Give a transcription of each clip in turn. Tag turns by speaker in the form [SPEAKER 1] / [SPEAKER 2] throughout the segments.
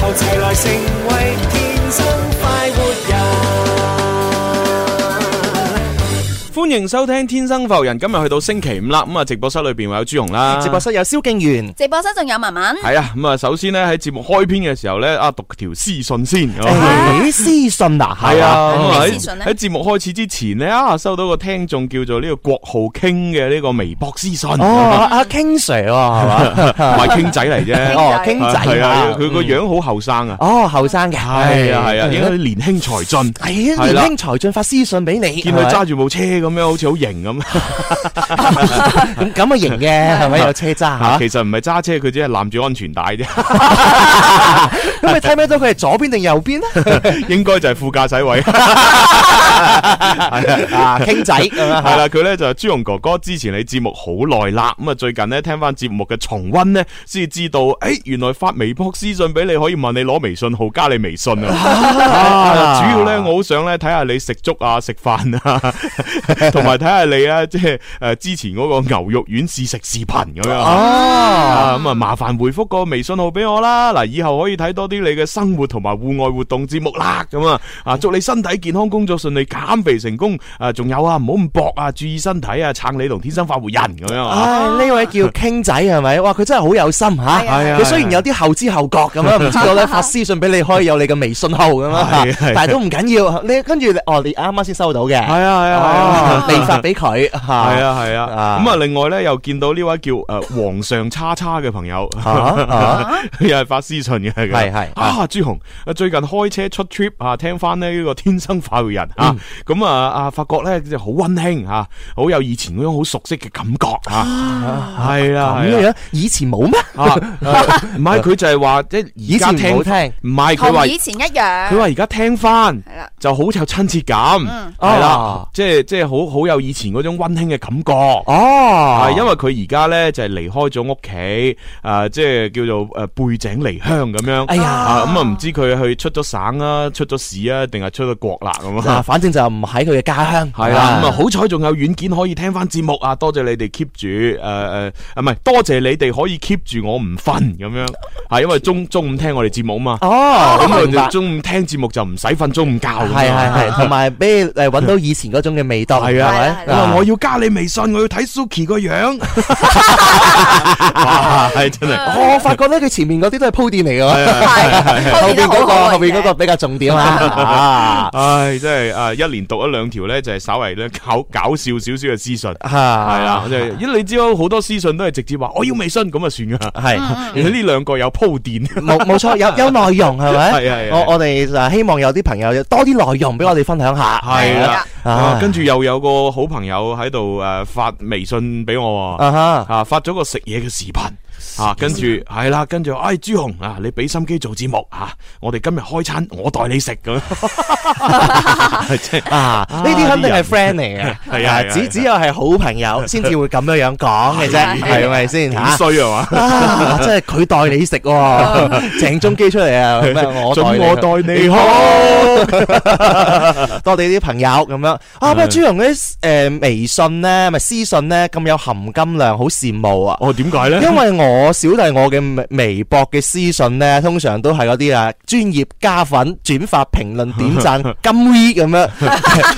[SPEAKER 1] 成為天生快活人。
[SPEAKER 2] 歡迎收聽《天生浮人》，今日去到星期五啦，咁啊直播室裏邊會有朱紅啦，
[SPEAKER 3] 直播室有蕭敬元，
[SPEAKER 4] 直播室仲有文文，
[SPEAKER 2] 係啊，咁啊首先呢，喺節目開篇嘅時候呢，啊讀條私信 先，
[SPEAKER 3] 誒哦私信啊，
[SPEAKER 2] 係啊，咁啊
[SPEAKER 4] 咩
[SPEAKER 2] 喺
[SPEAKER 4] 私信呢
[SPEAKER 2] 喺節目開始之前呢，啊收到個聽眾叫做呢個郭浩傾嘅呢個微博私信，啊
[SPEAKER 3] 哦，阿 King Sir 喎，係嘛？
[SPEAKER 2] 唔 係傾仔 嚟啫，
[SPEAKER 3] 哦，King 仔
[SPEAKER 2] 係啊，
[SPEAKER 3] 啊，
[SPEAKER 2] 佢個樣好後生啊，
[SPEAKER 3] 哦，後生嘅，
[SPEAKER 2] 係啊
[SPEAKER 3] 嗯
[SPEAKER 2] 係啊，應該年輕才 俊。
[SPEAKER 3] 係啊，
[SPEAKER 2] 係
[SPEAKER 3] 年
[SPEAKER 2] 啦
[SPEAKER 3] 輕才俊發私信俾你，
[SPEAKER 2] 見佢揸住部車咁樣，好似好型咁。
[SPEAKER 3] 係咪咁咁啊型 嘅，係咪有車揸吓？
[SPEAKER 2] 其實唔係揸車，佢只係攬住安全帶啫。
[SPEAKER 3] 咁你睇唔睇到佢係左邊定右邊咧？
[SPEAKER 2] 應該就係副駕駛位。係 啊
[SPEAKER 3] 啊，King 仔咁樣
[SPEAKER 2] 係
[SPEAKER 3] 嚇
[SPEAKER 2] 啦，佢咧就係朱紅哥哥之前你節目好耐啦，咁啊最近咧聽翻節目嘅重溫咧，先至知道，誒原來發微博私信俾你可以問你攞微信號加你微信啊！啊主要咧我好想咧睇下你食粥啊、食飯啊，同埋睇下你啊，即係誒之前嗰個牛肉丸試食視頻咁樣。
[SPEAKER 3] 哦，
[SPEAKER 2] 啊，咁啊，麻煩回覆個微信號俾我啦。嗱，以後可以睇多啲你嘅生活同埋戶外活動節目啦。咁啊，啊，祝你身體健康，工作順利，減肥成功。啊，仲有啊，唔好咁搏啊，注意身體啊，撐你同天生發活人咁樣
[SPEAKER 3] 唉，
[SPEAKER 2] 啊。
[SPEAKER 3] 呢位叫 King 仔係咪？哇，佢真係好有心吓，
[SPEAKER 4] 係啊係
[SPEAKER 2] 啊
[SPEAKER 3] 佢雖然有啲後知後覺咁 樣，唔知道咧發私信俾你可以有你嘅微信號咁
[SPEAKER 2] 係啊
[SPEAKER 3] 樣
[SPEAKER 2] 係啊，
[SPEAKER 3] 但係都唔緊要。你跟住你哦，你啱啱先收到嘅，
[SPEAKER 2] 係啊，係
[SPEAKER 3] 哦
[SPEAKER 2] 啊，
[SPEAKER 3] 你發俾佢嚇，
[SPEAKER 2] 係啊，係啊
[SPEAKER 3] 啊。
[SPEAKER 2] 咁啊，另外咧又見到呢位叫誒皇上叉叉嘅朋友，
[SPEAKER 3] 啊，
[SPEAKER 2] 又係發私信嘅。佢
[SPEAKER 3] 係係
[SPEAKER 2] 啊，朱紅啊，最近開車出 trip 啊，聽翻呢呢個天生快活人啊，
[SPEAKER 3] 嗯
[SPEAKER 2] 咁啊啊，發覺咧就好温馨啊，好有以前嗰種好熟悉嘅感覺啊，係啦，
[SPEAKER 3] 咁
[SPEAKER 2] 係啦
[SPEAKER 3] 樣以前冇咩？
[SPEAKER 2] 啊，啊 唔係佢就係話即係
[SPEAKER 3] 以
[SPEAKER 2] 而家
[SPEAKER 3] 前
[SPEAKER 2] 聽
[SPEAKER 3] 冇，聽。
[SPEAKER 2] 唔係佢話
[SPEAKER 4] 同以前一樣。
[SPEAKER 2] 佢話而家聽翻
[SPEAKER 4] 係啦，
[SPEAKER 2] 就好有親切感，係啦
[SPEAKER 3] 哦，
[SPEAKER 2] 即係即係好好有以前嗰種温馨嘅感覺。
[SPEAKER 3] 哦
[SPEAKER 2] 係因為佢而家咧就係離開咗屋企，诶、即係叫做诶背井離鄉咁樣。
[SPEAKER 3] 哎呀
[SPEAKER 2] 啊咁啊，唔知佢去出咗省啊，出咗市啊，定係出咗國啦咁
[SPEAKER 3] 嗱，
[SPEAKER 2] 啊。
[SPEAKER 3] 反正就唔喺佢嘅家鄉。
[SPEAKER 2] 係啦，咁啊，好彩仲有軟件可以聽翻節目啊！多謝你哋 keep 住，诶、诶，啊唔係，多謝你哋可以 keep 住我唔瞓咁樣，係因為中中午聽我哋節目嘛，
[SPEAKER 3] 哦，
[SPEAKER 2] 咁我
[SPEAKER 3] 明白
[SPEAKER 2] 哋。中午聽節目就唔使瞓中午覺咁樣。
[SPEAKER 3] 係係係，同埋俾你誒揾到以前嗰種嘅味道，
[SPEAKER 2] 係啊
[SPEAKER 3] 啊係
[SPEAKER 2] 我
[SPEAKER 3] 咪？
[SPEAKER 2] 話
[SPEAKER 3] 啊
[SPEAKER 2] 我要加你微信，我要睇 Suki 個樣。 哇，係真係。
[SPEAKER 3] 我發覺咧，佢前面嗰啲都係鋪墊嚟嘅喎，
[SPEAKER 4] 係啊
[SPEAKER 3] 後
[SPEAKER 4] 後
[SPEAKER 3] 邊
[SPEAKER 4] 面
[SPEAKER 3] 嗰
[SPEAKER 4] 嗰
[SPEAKER 3] 個
[SPEAKER 4] 個
[SPEAKER 3] 後邊嗰個比較重點啊啊。
[SPEAKER 2] 唉，真系啊，一連讀一兩條咧，就係稍微咧搞搞笑少少嘅私信，係
[SPEAKER 3] 係啊
[SPEAKER 2] 啦，即係因為你知道好多私信都係直接話我要微信咁啊算噶啦，
[SPEAKER 3] 係。
[SPEAKER 2] 而呢兩個有鋪 墊，
[SPEAKER 3] 嗯冇冇錯，有有內容 係咪？
[SPEAKER 2] 係係係
[SPEAKER 3] 我我哋就希望有啲朋友多啲內容俾我哋分享下。
[SPEAKER 2] 係啦，
[SPEAKER 3] 啊
[SPEAKER 2] 啊跟住又有個好朋友喺度诶發微信俾我喎，
[SPEAKER 3] 啊哈，
[SPEAKER 2] 啊發咗個食嘢嘅視頻。啊，跟住係啦，跟住，唉，朱紅啊，你俾心機做節目啊，我哋今日開餐，我代你食 咁，即係
[SPEAKER 3] 啊！呢啲肯 定係 friend 嚟嘅，
[SPEAKER 2] 係啊係啊係啊
[SPEAKER 3] 只只有係好朋友先至會咁樣樣講嘅啫，係咪先
[SPEAKER 2] 點
[SPEAKER 3] 嚇？
[SPEAKER 2] 衰啊嘛，
[SPEAKER 3] 啊！真係佢代你食 喎，鄭中基出嚟啊！咩我代
[SPEAKER 2] 准
[SPEAKER 3] 你
[SPEAKER 2] 我代 你好。
[SPEAKER 3] 多啲啲朋友咁樣啊！不過朱紅嗰啲誒微信咧，咪私信咧咁有含金量，好羨慕 啊！
[SPEAKER 2] 哦，點解咧？
[SPEAKER 3] 因為我小弟我嘅微微博嘅私信咧，通常都係嗰啲啊專業加粉、轉發、評論、點讚、金 V 咁 樣，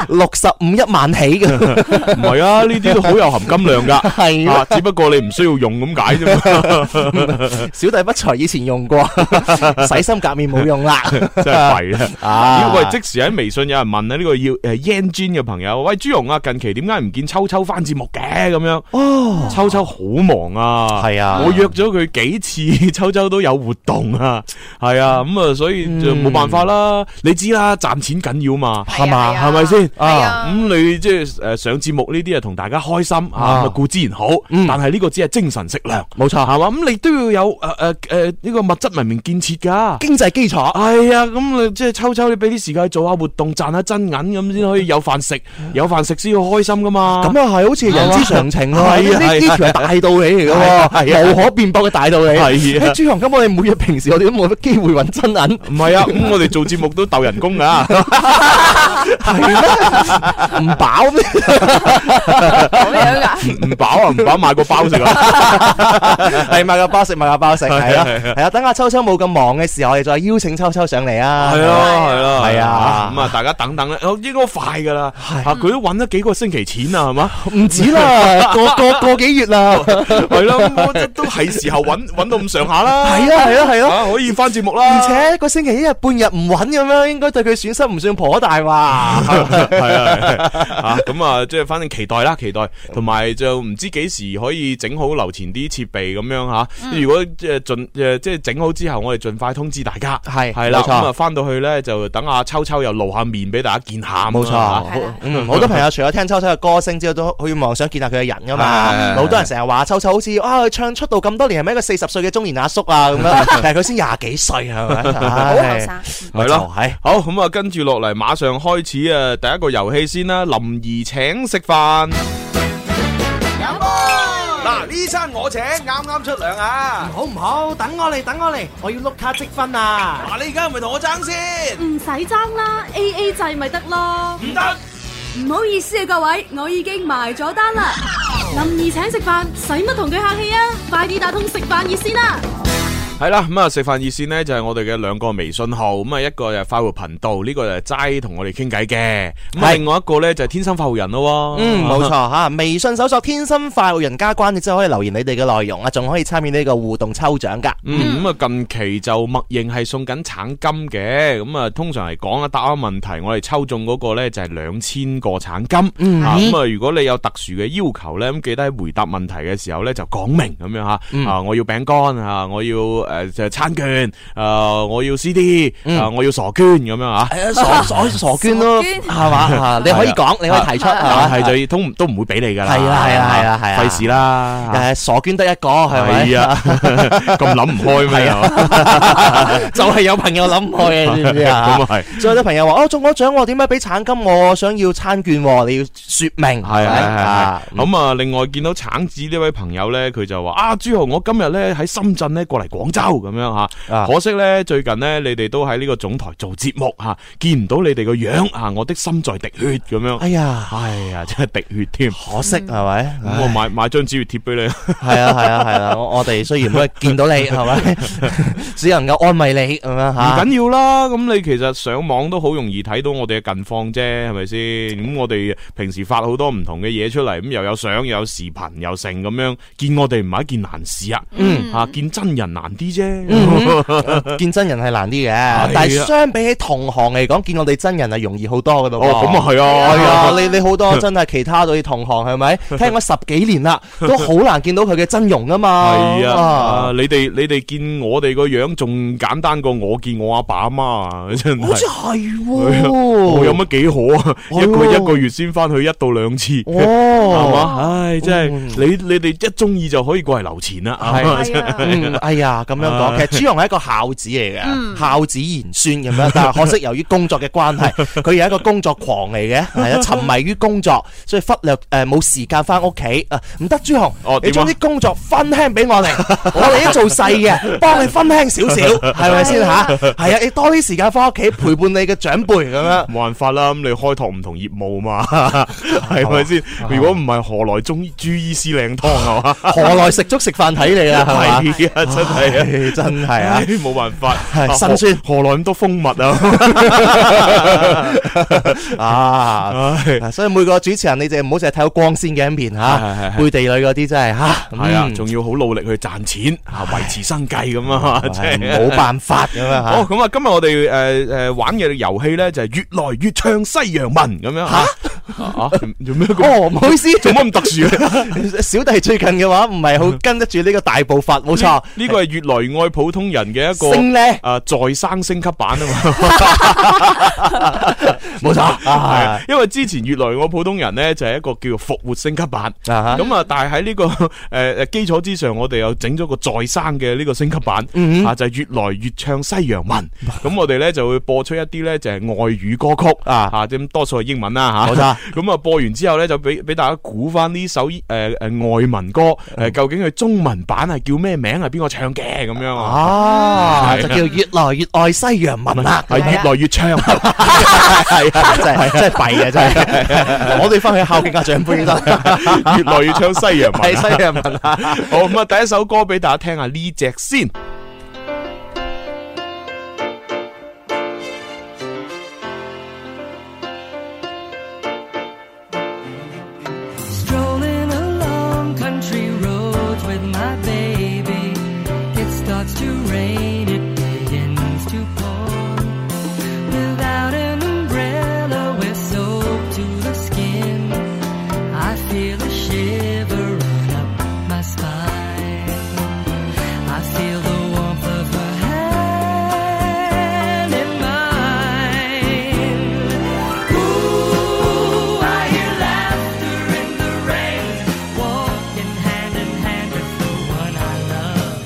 [SPEAKER 3] 六十五一萬起 咁，
[SPEAKER 2] 唔係啊，呢啲都好有含金 量噶。
[SPEAKER 3] 係
[SPEAKER 2] 啊
[SPEAKER 3] 啊，
[SPEAKER 2] 只不過你唔需要用咁解啫嘛，
[SPEAKER 3] 小弟不才以前用 過，洗心革面冇用啦。
[SPEAKER 2] 真係弊啦。
[SPEAKER 3] 啊
[SPEAKER 2] 咦，喂，即時喺微信有人問咧，啊呢個要诶 Yan Jin 嘅朋友，喂，朱容啊，近期點解唔見秋秋翻節目嘅咁樣？
[SPEAKER 3] 哦，
[SPEAKER 2] 秋秋好忙啊，
[SPEAKER 3] 係啊
[SPEAKER 2] 我約咗佢幾次，秋秋都有活動啊，係啊，咁啊，所以就
[SPEAKER 3] 嗯
[SPEAKER 2] 冇辦法啦。你知啦，賺錢緊要嘛。
[SPEAKER 4] 係啊
[SPEAKER 3] 嘛
[SPEAKER 4] 係啊
[SPEAKER 2] 係咪先
[SPEAKER 4] 係
[SPEAKER 2] 咁、
[SPEAKER 4] 啊，
[SPEAKER 2] 你即係诶上節目呢啲啊，同大家開心啊，
[SPEAKER 3] 啊
[SPEAKER 2] 咁啊固之然好，
[SPEAKER 3] 嗯
[SPEAKER 2] 但係呢個只係精神食糧。
[SPEAKER 3] 冇錯，
[SPEAKER 2] 系嘛？咁你都要有诶诶诶呢個物質文明建設㗎。
[SPEAKER 3] 經濟基礎。
[SPEAKER 2] 係啊，咁你即係抽抽，你俾啲時間去做下活動，賺下真銀咁先可以有飯食，有飯食先要開心㗎嘛。
[SPEAKER 3] 咁又係好似人之常情喎，
[SPEAKER 2] 係啊
[SPEAKER 3] 呢
[SPEAKER 2] 係啊
[SPEAKER 3] 呢條係大道理嚟嘅
[SPEAKER 2] 係啊係啊
[SPEAKER 3] 喎，無可辯駁嘅大道理。
[SPEAKER 2] 係
[SPEAKER 3] 誒
[SPEAKER 2] 啊
[SPEAKER 3] 朱紅，咁我哋每日平時我哋都冇乜機會揾真 銀，
[SPEAKER 2] 唔係 啊，咁我哋做節目都鬥人工噶，
[SPEAKER 3] 唔飽咩？
[SPEAKER 4] 咁樣噶，
[SPEAKER 2] 唔飽啊，唔飽買個包食啊，
[SPEAKER 3] 係買個包食，買個包食，係
[SPEAKER 2] 係啊係
[SPEAKER 3] 啦，係啊。等阿秋秋冇咁忙嘅時候，我哋再邀請秋秋上嚟啊。
[SPEAKER 2] 係啊，係啊，
[SPEAKER 3] 係啊
[SPEAKER 2] 咁啊，大家等等啦，哦應該快噶啦，
[SPEAKER 3] 係
[SPEAKER 2] 啊，佢都揾咗幾個星期錢啊，係 嘛，
[SPEAKER 3] 唔止 啦，個個個幾月啦。
[SPEAKER 2] 係啦，咁我覺得都係時候揾揾到咁上下 啦，
[SPEAKER 3] 係啊，係啊，係咯。
[SPEAKER 2] 啊，可以翻節目啦，
[SPEAKER 3] 而且個星期一日半日唔揾咁樣，應該對佢損失唔算頗大話。
[SPEAKER 2] 係啊係啊，啊咁啊，即係反正期待啦，期待，同埋就唔知幾時可以整好樓前啲設備咁樣吓。
[SPEAKER 3] 嗯
[SPEAKER 2] 如果即係盡誒即係整好之後，我哋盡快通知大家。
[SPEAKER 3] 係
[SPEAKER 2] 係啦，
[SPEAKER 3] 冇錯
[SPEAKER 2] 咁啊翻到去咧就等阿秋秋又露下面俾大家見下。啊
[SPEAKER 3] 冇錯
[SPEAKER 2] 嚇
[SPEAKER 4] 係啦
[SPEAKER 3] 嗯，好多朋友除咗聽秋秋嘅歌聲之後，都去望想見下佢嘅人噶嘛。
[SPEAKER 2] 係
[SPEAKER 3] 好多人成日話秋秋好似啊，佢唱出道咁多年，係咪一個四十歲嘅中年阿叔啊咁 樣？但係佢先廿幾歲係咪？
[SPEAKER 4] 好
[SPEAKER 3] 好
[SPEAKER 4] 後生，
[SPEAKER 2] 係咯
[SPEAKER 3] 係
[SPEAKER 2] 好咁啊，跟住落嚟馬上開始啊，第一個遊戲先啦，林兒請食飯。
[SPEAKER 1] 嗱呢餐我請，啱啱出糧啊！
[SPEAKER 3] 好唔好？等我嚟，等我嚟，我要碌卡積分啊！
[SPEAKER 1] 嗱你而家係咪同我爭先？
[SPEAKER 5] 唔使爭啦，A A 制咪得咯。
[SPEAKER 1] 唔得，
[SPEAKER 5] 唔好意思啊，各位，我已經埋咗單啦。林兒請食飯，使乜同佢客氣啊？快啲打通食飯熱線啦！
[SPEAKER 2] 係啦，咁啊食飯熱線呢，就係我哋嘅兩個微信號，咁啊一個就係快活頻道，呢個就係齋同我哋傾偈嘅，咁啊
[SPEAKER 3] 係
[SPEAKER 2] 另外一個咧就係天生快活人咯喎。
[SPEAKER 3] 嗯，冇錯吓，微信搜索「天生快活人加關」，你之後可以留言你哋嘅內容啊，仲可以參與呢個互動抽獎噶。
[SPEAKER 2] 嗯，咁啊近期就默認係送緊橙金嘅，咁啊通常嚟講啊答啱問題，我哋抽中嗰個呢就係兩千個橙金，
[SPEAKER 3] 嗯
[SPEAKER 2] 啊咁啊如果你有特殊嘅要求呢，咁記得喺回答問題嘅時候呢就講明咁樣
[SPEAKER 3] 嗯
[SPEAKER 2] 吓，啊我要餅乾啊，我要誒就係餐券，啊我要 CD，啊
[SPEAKER 3] 嗯
[SPEAKER 2] 我要傻娟咁樣吓。
[SPEAKER 3] 係啊 傻傻傻娟咯，
[SPEAKER 4] 傻娟
[SPEAKER 3] 係嘛？啊 你可以講，你可以提出，係啊嘛
[SPEAKER 2] 但係就都唔都唔會俾你噶啦，
[SPEAKER 3] 係啊係啊係啊係啊
[SPEAKER 2] 費事啦，
[SPEAKER 3] 誒傻娟得一個係咪？
[SPEAKER 2] 係啊，咁諗唔開咩？
[SPEAKER 3] 就係有朋友諗開嘅，你知唔知啊？
[SPEAKER 2] 咁啊係
[SPEAKER 3] 所以有啲朋友話：哦，中咗獎喎，點解俾橙金我？我想要餐券喎，你要説明。
[SPEAKER 2] 係係係係，
[SPEAKER 3] 咁
[SPEAKER 2] 咁啊！另外見到橙子呢位朋友咧，佢就話：啊，朱豪，我今日咧喺深圳咧過嚟廣州咁樣吓，
[SPEAKER 3] 啊
[SPEAKER 2] 可惜咧最近咧你哋都喺呢個總台做節目吓，見唔到你哋個樣啊，我的心在滴血咁樣。
[SPEAKER 3] 哎呀，
[SPEAKER 2] 哎呀，真係滴血添！咁
[SPEAKER 3] 可惜係咪？嗯
[SPEAKER 2] 我買買張紙條貼俾你，
[SPEAKER 3] 係啊係啊係啊！我我哋雖然冇見到你係咪， 只能夠安慰你咁樣
[SPEAKER 2] 唔
[SPEAKER 3] 嚇。
[SPEAKER 2] 緊要啦。咁你其實上網都好容易睇到我哋嘅近況啫，係咪先？咁我哋平時發好多唔同嘅嘢出嚟，咁又有相，又有視頻，又成咁樣，見我哋唔係一件難事啊！
[SPEAKER 3] 嗯
[SPEAKER 2] 吓見真人難啲啫哦
[SPEAKER 3] 嗯。見真人係難啲嘅
[SPEAKER 2] 啊，
[SPEAKER 3] 但係相比起同行嚟講，見我哋真人係容易好多嘅咯
[SPEAKER 2] 哦，
[SPEAKER 3] 喎。
[SPEAKER 2] 咁啊係啊，
[SPEAKER 3] 係啊，你你好 多真係其他對同行係咪？聽咗十幾年啦，都好難見到佢嘅真容啊嘛。
[SPEAKER 2] 係啊，啊，你哋你哋見我哋個樣仲簡單過我見我阿爸阿媽啊， 真
[SPEAKER 3] 好似
[SPEAKER 2] 係。
[SPEAKER 3] 係
[SPEAKER 2] 係啊我
[SPEAKER 3] 喎，
[SPEAKER 2] 有乜幾好啊？
[SPEAKER 3] 係喎
[SPEAKER 2] 一個一個月先翻去一到兩次，係
[SPEAKER 3] 哦，
[SPEAKER 2] 嘛？唉，真
[SPEAKER 3] 嗯
[SPEAKER 2] 係你你哋一中意就可以過嚟留錢啦。
[SPEAKER 3] 係
[SPEAKER 2] 啊
[SPEAKER 4] 係啊，
[SPEAKER 3] 嗯，哎呀，咁樣講，其實朱紅係一個孝子嚟嘅，孝子賢孫咁樣， 但係可惜由於工作嘅關係，佢係一個工作狂嚟嘅，係 啊，沉迷於工作，所以忽略誒冇時間翻屋企啊，唔得，朱紅
[SPEAKER 2] 哦，
[SPEAKER 3] 你
[SPEAKER 2] 點啊
[SPEAKER 3] 將啲工作分輕俾 我哋，我哋都做細嘅，幫你分輕少少，係咪先吓？係啊，你多啲時間翻屋企陪伴你嘅長輩咁 樣。
[SPEAKER 2] 冇辦法啦，咁你開拓唔同業 務嘛，係咪先？如果唔係，何來中醫豬醫師靚湯係嘛？
[SPEAKER 3] 何來食粥食飯睇你啊？
[SPEAKER 2] 係 啊，
[SPEAKER 3] 係嘛？唉
[SPEAKER 2] 真係啊。
[SPEAKER 3] 真係啊
[SPEAKER 2] 唉！冇辦法，
[SPEAKER 3] 係
[SPEAKER 2] 啊
[SPEAKER 3] 辛酸
[SPEAKER 2] 何何來咁多蜂 蜜啊？
[SPEAKER 3] 啊！
[SPEAKER 2] 唉
[SPEAKER 3] 所以每個主持人你哋唔好淨係睇到光鮮嘅一面
[SPEAKER 2] 係係
[SPEAKER 3] 嚇
[SPEAKER 2] 係，
[SPEAKER 3] 背地裏嗰啲真係嚇，
[SPEAKER 2] 系啊，
[SPEAKER 3] 嗯
[SPEAKER 2] 仲要好努力去賺錢啊，维持生計咁啊，
[SPEAKER 3] 唉
[SPEAKER 2] 即係
[SPEAKER 3] 嗯冇辦法咁樣
[SPEAKER 2] 好
[SPEAKER 3] 嚇。
[SPEAKER 2] 咁啊！今日我哋诶诶玩嘅遊戲咧，就係越來越唱西洋文咁樣吓啊！做咩 咁？
[SPEAKER 3] 哦，唔好意思，
[SPEAKER 2] 做乜咁特殊啊 咧？
[SPEAKER 3] 小弟最近嘅話唔係好跟得住呢個大步伐，冇錯。
[SPEAKER 2] 呢個係越來越愛普通人嘅一
[SPEAKER 3] 升
[SPEAKER 2] 個
[SPEAKER 3] 咧，
[SPEAKER 2] 啊再生升級版啊嘛，
[SPEAKER 3] 冇錯
[SPEAKER 2] 係
[SPEAKER 3] 啊
[SPEAKER 2] 啊！ 因為之前越來越愛普通人咧就係一個叫做復活升級版。
[SPEAKER 3] 啊
[SPEAKER 2] 咁啊，但係喺呢個 诶诶基礎之上，我哋又整咗個再生嘅呢個升級版，
[SPEAKER 3] 嗯
[SPEAKER 2] 啊就係越來越唱西洋文。咁我哋咧就會播出一啲咧就係外語歌曲
[SPEAKER 3] 啊
[SPEAKER 2] 啊，咁多數係英文啦吓。
[SPEAKER 3] 冇錯啊
[SPEAKER 2] 咁啊播完之後咧，就俾俾大家估翻呢首诶诶外文歌诶，
[SPEAKER 3] 嗯
[SPEAKER 2] 究竟佢中文版係叫咩名？係邊個唱嘅咁樣啊？
[SPEAKER 3] 啊，
[SPEAKER 2] 係
[SPEAKER 3] 就叫越來越愛西洋文啦，
[SPEAKER 2] 係越來 越唱。
[SPEAKER 3] 系啊，真係真係弊啊，真係。我哋翻去孝敬下長輩啦，
[SPEAKER 2] 越來越唱西洋 文
[SPEAKER 3] 係
[SPEAKER 2] 啊。
[SPEAKER 3] 西洋文啊。
[SPEAKER 2] 好咁啊，第一首歌俾大家聽下呢只先。
[SPEAKER 6] Strolling along country roads with my baby. It starts to rain, it begins to pour. Without an umbrella, we're soaked to the skin. I feel a shiver run up my spine. I feel the warmth of her hand in mine. Ooh, I hear laughter in the rain, walking hand in hand with the one I love.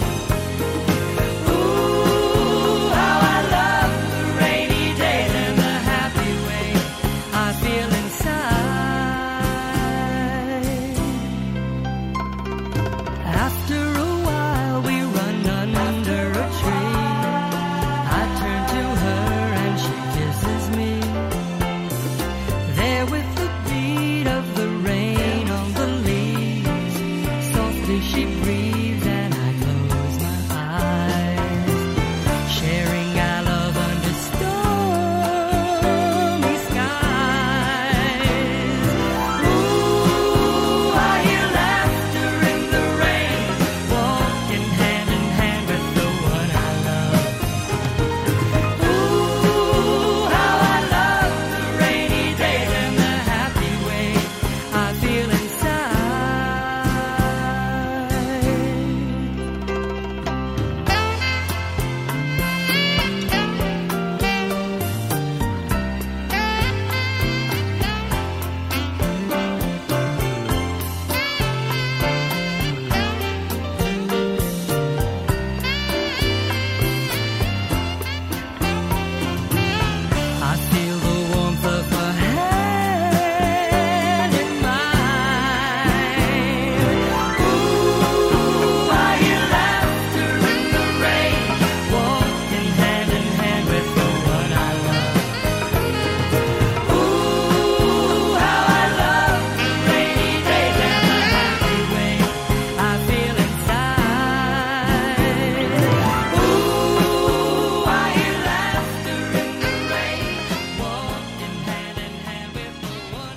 [SPEAKER 6] Ooh, how I love the rainy days and the happy way I feel inside. After a while, we run under a tree. I turn to her and she kisses me. There with the beat of the rain on the leaves, softly she breathes and I close my eyes. Sharing our love under stormy skies. Ooh, I hear laughter in the rain, walking hand in hand with the one I love. Ooh, how I love the rainy days and the happy way I feel inside. I feel the warmth of her hand in mine. Ooh, I hear laughter in the rain, walking hand in hand with the one I love. Ooh, how I love the rainy days and the happy way I feel inside. Ooh, I hear laughter in the rain, walking hand in hand with the one I love.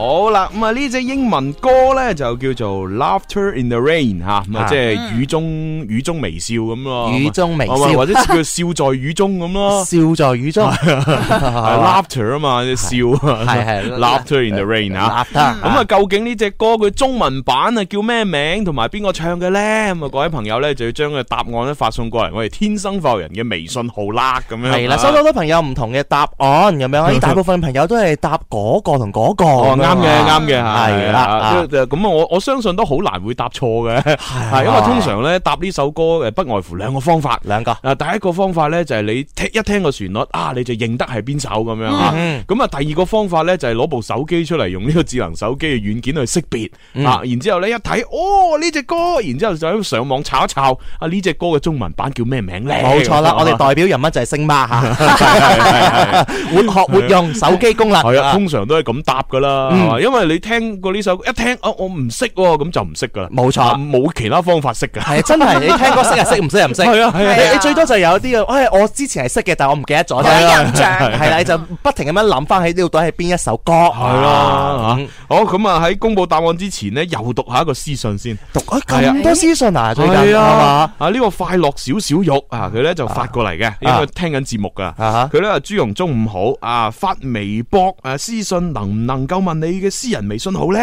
[SPEAKER 2] 好啦，咁啊呢只英文歌咧就叫做 Laughter in the Rain 吓，咁啊
[SPEAKER 3] 啊
[SPEAKER 2] 即係雨中雨中微笑咁咯，哦
[SPEAKER 3] 雨中微笑
[SPEAKER 2] 係咪或者叫笑在雨中 咁咯。
[SPEAKER 3] 笑在雨中，
[SPEAKER 2] 係
[SPEAKER 3] 係
[SPEAKER 2] laughter 啊嘛，即係笑啊，
[SPEAKER 3] 係係
[SPEAKER 2] laughter in the rain 啊。
[SPEAKER 3] 得
[SPEAKER 2] 咁啊，究竟呢只歌佢中文版啊叫咩名，同埋邊個唱嘅咧？咁啊，各位朋友咧就要將佢答案咧發送過嚟，我哋天生浮人嘅微信號啦，咁樣啊
[SPEAKER 3] 系啦，收到好多朋友唔同嘅答案咁 樣，大部分朋友都係答嗰個同嗰個
[SPEAKER 2] 哦，
[SPEAKER 3] 咁樣啊。
[SPEAKER 2] 啱嘅，啱嘅
[SPEAKER 3] 係
[SPEAKER 2] 嚇係啊
[SPEAKER 3] 啦，
[SPEAKER 2] 咁啊，我我相信都好難會答錯嘅，
[SPEAKER 3] 啊
[SPEAKER 2] 係因為通常咧答呢首歌誒，不外乎兩個方法。
[SPEAKER 3] 兩個
[SPEAKER 2] 啊，第一個方法咧就係你聽一聽個旋律啊，你就認得係邊首咁樣啊。
[SPEAKER 3] 嗯
[SPEAKER 2] 咁啊，第二個方法咧就係攞部手機出嚟，用呢個智能手機嘅軟件去識別
[SPEAKER 3] 嗯
[SPEAKER 2] 啊，然之後咧一睇，哦呢只歌，然之後就喺上網查一查啊呢只歌嘅中文版叫咩名咧？
[SPEAKER 3] 冇錯 啦，我哋代表人物就係星媽吓，活學活用手機功 能。
[SPEAKER 2] 系啊，通常都係咁答噶啦，
[SPEAKER 3] 嗯
[SPEAKER 2] 係嘛因為你聽過呢首歌一聽啊，我唔識喎，咁就唔識噶啦，
[SPEAKER 3] 冇錯
[SPEAKER 2] 啊冇其他方法識噶。
[SPEAKER 3] 係真係你聽歌識啊，識唔識又唔識。
[SPEAKER 2] 係啊係啊
[SPEAKER 3] 你你最多就有啲啊，哎我之前係識嘅，但我唔記得咗啫。
[SPEAKER 4] 有印象
[SPEAKER 3] 係啦，你就不停咁樣諗翻起呢度到底係邊一首歌。
[SPEAKER 2] 系
[SPEAKER 3] 係
[SPEAKER 2] 啦，
[SPEAKER 3] 嗯
[SPEAKER 2] 吓好咁啊！喺公布答案之前呢，又讀下一個私信先。
[SPEAKER 3] 讀啊
[SPEAKER 2] 係啊
[SPEAKER 3] 咁多私信啊，最近
[SPEAKER 2] 係
[SPEAKER 3] 係嘛？
[SPEAKER 2] 啊呢個快樂小小玉啊，佢咧就發過嚟嘅，因為聽緊節目噶。
[SPEAKER 3] 啊哈
[SPEAKER 2] 佢咧話朱容中午好啊，發微博啊私信能唔能夠問你嘅私人微信號呢？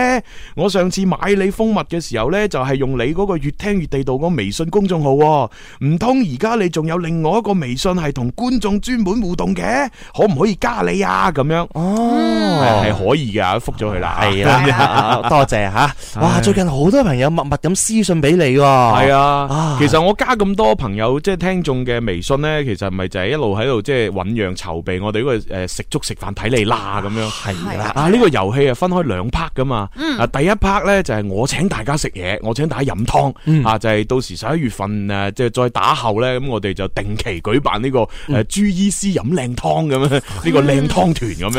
[SPEAKER 2] 我上次買你蜂蜜嘅時候呢，就係用你嗰個越聽越地道個微信公眾號喎，唔通而家你仲有另外一個微信係同觀眾專門互動嘅？可唔可以加你啊？咁樣
[SPEAKER 3] 哦啊
[SPEAKER 2] 係係可以㗎，覆咗佢啦。
[SPEAKER 3] 系啦， 多謝吓。哇，最近好多朋友默默咁私信俾你喎。
[SPEAKER 2] 系
[SPEAKER 3] 啊
[SPEAKER 2] 啊，其實我加咁多朋友即係聽眾嘅微信呢，其實咪就係一路喺度即係醖釀籌備我哋呢個诶食粥食飯睇你啦咁樣。
[SPEAKER 3] 係啦，
[SPEAKER 2] 啊！呢、個遊戲啊分開兩 part 噶嘛，啊第一 part 咧就係我請大家食嘢，我請大家飲湯，
[SPEAKER 3] 嗯
[SPEAKER 2] 啊就係到時十一月份誒，即係再打後咧，咁我哋就定期舉辦呢個誒
[SPEAKER 3] 嗯
[SPEAKER 2] 朱醫師飲靚湯咁樣，呢個靚湯團咁樣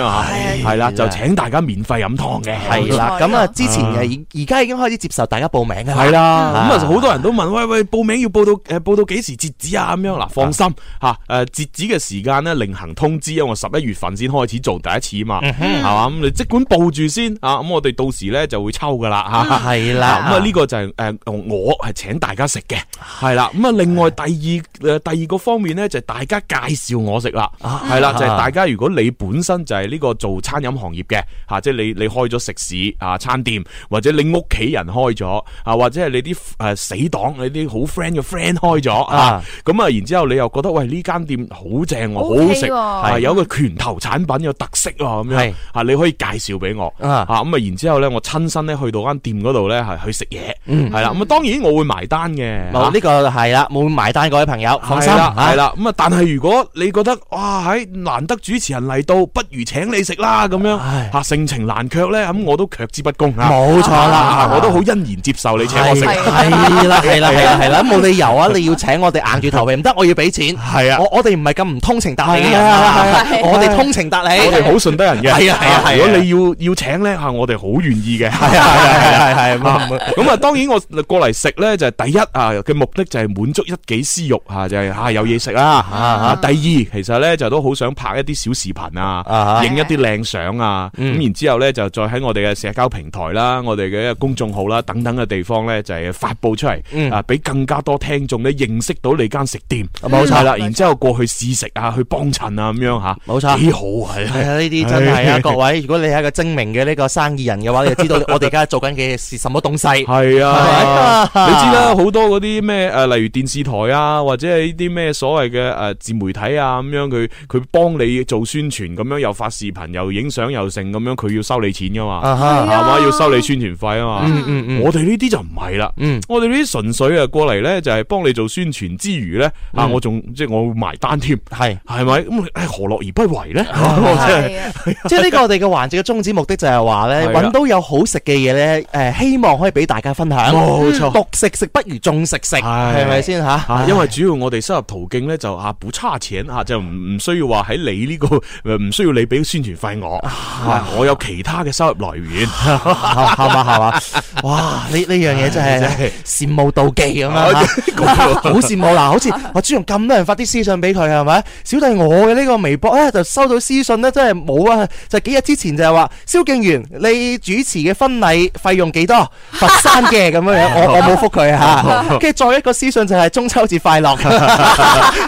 [SPEAKER 2] 嚇，係啦，就請大家免費飲湯嘅，
[SPEAKER 3] 係啦。
[SPEAKER 4] 冇錯
[SPEAKER 3] 咁啊，之前嘅而而家已經開始接受大家報名㗎啦。
[SPEAKER 2] 系啦，咁啊好多人都問喂喂，報名要報到诶，报到幾時截止啊？咁樣嗱，放心吓，诶截止嘅時間咧另行通知，因為我十一月份先開始做第一次嘛，係嘛咁你即管報住先啊，咁我哋到時咧就會抽噶啦吓。
[SPEAKER 3] 係
[SPEAKER 2] 嗱，
[SPEAKER 3] 啦。
[SPEAKER 2] 咁啊呢個就係诶我係請大家食嘅，係啦。咁啊另外第二诶第二個方面咧就係大家介紹我食啦，係啦就
[SPEAKER 3] 啊
[SPEAKER 2] 係大家如果你本身就係呢個做餐飲行業嘅吓，即係你你開咗食肆啊餐店，或者你屋企人開咗啊，或者係你啲诶死黨你啲好 friend 嘅 friend 開咗啊
[SPEAKER 3] 啊，
[SPEAKER 2] 咁啊然之後你又覺得喂呢間店好正喎，好好食
[SPEAKER 4] OK 喎
[SPEAKER 2] 啊，有一個拳頭產品有特色喎咁樣
[SPEAKER 3] 係
[SPEAKER 2] 啊，你可以介紹俾我。
[SPEAKER 3] 啊
[SPEAKER 2] 啊咁啊，然之後咧，我親身咧去到間店嗰度咧，係去食嘢，係啦。咁啊，當然我會埋單嘅。
[SPEAKER 3] 嗯
[SPEAKER 2] 啊
[SPEAKER 3] 冇呢個係啦，冇埋單嗰位朋友，放心
[SPEAKER 2] 係啦，
[SPEAKER 3] 啊
[SPEAKER 2] 係啦。咁啊，但係如果你覺得哇，喺難得主持人嚟到，不如請你食啦咁樣
[SPEAKER 3] 唉
[SPEAKER 2] 嚇，盛情難卻咧，咁我都卻之不恭啊。
[SPEAKER 3] 冇錯啦
[SPEAKER 2] 啊，我都好欣然接受你請我
[SPEAKER 3] 係
[SPEAKER 2] 食。
[SPEAKER 3] 係啦，係啦，係啦，係啦，冇理由啊！你要請我哋硬住頭皮，唔得，我要俾錢。係啊，我我哋唔係咁唔通情達理嘅人啊，
[SPEAKER 4] 係啊
[SPEAKER 3] 我哋通情達理。
[SPEAKER 2] 我哋好順得人嘅，
[SPEAKER 3] 係啊係啊係啊
[SPEAKER 2] 如果你要要請咧嚇，我哋好願 意嘅。
[SPEAKER 3] 係啊係啊係啊係啊
[SPEAKER 2] 啊咁啊，當然我過嚟食咧就係第一啊嘅目的就係滿足一己私欲啊嚇，就係嚇有嘢食啦。啊第二其實咧就都好想拍一啲小視頻啊
[SPEAKER 3] 啊，嗯
[SPEAKER 2] 影一啲靚相啊。咁然之後咧就再喺我哋嘅社交平台啦、我哋嘅公眾號啦等等嘅地方咧就係發布出嚟
[SPEAKER 3] 嗯
[SPEAKER 2] 啊，俾更加多聽眾咧認識到你間食店。
[SPEAKER 3] 冇錯
[SPEAKER 2] 係啦，然之後過去試食啊，去幫襯啊咁樣嚇。
[SPEAKER 3] 冇錯
[SPEAKER 2] 幾好啊！係啊
[SPEAKER 3] 係啊，呢啲真係啊，各 位，如果你係一個精明嘅呢個生意人嘅話，你就知道 我哋而家做緊嘅是什麼東西。
[SPEAKER 2] 系啊，
[SPEAKER 3] 係咪
[SPEAKER 2] 你知啦，好多嗰啲咩诶，誒例如電視台啊，或者係呢啲咩所謂嘅诶自媒體啊咁樣，佢佢幫你做宣傳，咁樣又發視頻，又影相，又成咁樣，佢要收你錢噶嘛，
[SPEAKER 3] 啊哈
[SPEAKER 2] 係嘛，要收你宣傳費啊嘛。
[SPEAKER 3] 嗯嗯嗯，
[SPEAKER 2] 我哋呢啲就唔係啦，
[SPEAKER 3] 嗯
[SPEAKER 2] 我哋呢啲純粹啊過嚟咧就係幫你做宣傳之餘咧，啊
[SPEAKER 3] 嗯
[SPEAKER 2] 我仲即係我會埋單添，
[SPEAKER 3] 係，
[SPEAKER 2] 係咪？咁誒何樂而不為咧？
[SPEAKER 4] 係啊
[SPEAKER 3] 即係呢個我哋嘅環節嘅宗旨目的就係話咧，
[SPEAKER 2] 係啊啦
[SPEAKER 3] 揾到有好食嘅嘢咧，誒，希望可以俾大家分享。嗯
[SPEAKER 2] 冇錯
[SPEAKER 3] 獨食食不如眾食食，
[SPEAKER 2] 係
[SPEAKER 3] 係咪先嚇？
[SPEAKER 2] 啊，因為主要我哋收入途徑咧就啊不差錢啊，就唔唔需要話喺你呢、個呃 唔需要你俾宣傳費我，啊我有其他嘅收入 來源。
[SPEAKER 3] 係嘛係嘛，哇！呢呢樣嘢真係羨慕妒忌咁樣， 好羨慕嗱！好似我朱容咁多人發啲私信俾佢係咪？小弟我嘅呢個微博咧就收到私信咧，真係冇啊！就幾日之前就係話蕭敬元，你主持嘅婚禮費用幾多？佛山嘅咁 樣樣，我我冇覆佢 嚇。跟住再一個私信就係中秋節快 樂，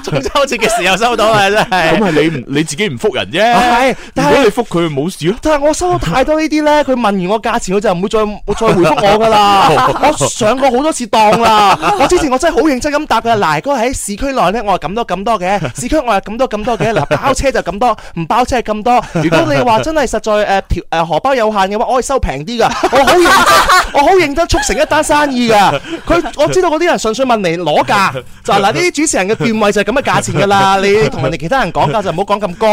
[SPEAKER 3] 中秋節嘅時候收到啊，真
[SPEAKER 2] 咁
[SPEAKER 3] 係。
[SPEAKER 2] 係你唔你自己唔復
[SPEAKER 3] 係
[SPEAKER 2] 人啫，如
[SPEAKER 3] 啊但係
[SPEAKER 2] 果你復佢冇事咯。
[SPEAKER 3] 但係我收到太多呢啲咧，佢問完我價錢，佢就唔會再我再回覆我噶啦。我上過好多次當啦，我之前我真係好認真咁答嘅。嗱，如果喺市區內咧，我係咁多咁多嘅；市區我係咁多咁多嘅。嗱，包車就咁多，唔包車係咁多。如果你話真係實在誒條誒荷包有限嘅話，我可以收平啲噶。我好認真，我好認真促成一單生意噶。佢我知道嗰啲人純粹問你攞價，就係嗱呢啲主持人嘅段位就係咁嘅價錢噶啦。你同人哋其他人講價就唔好講咁高，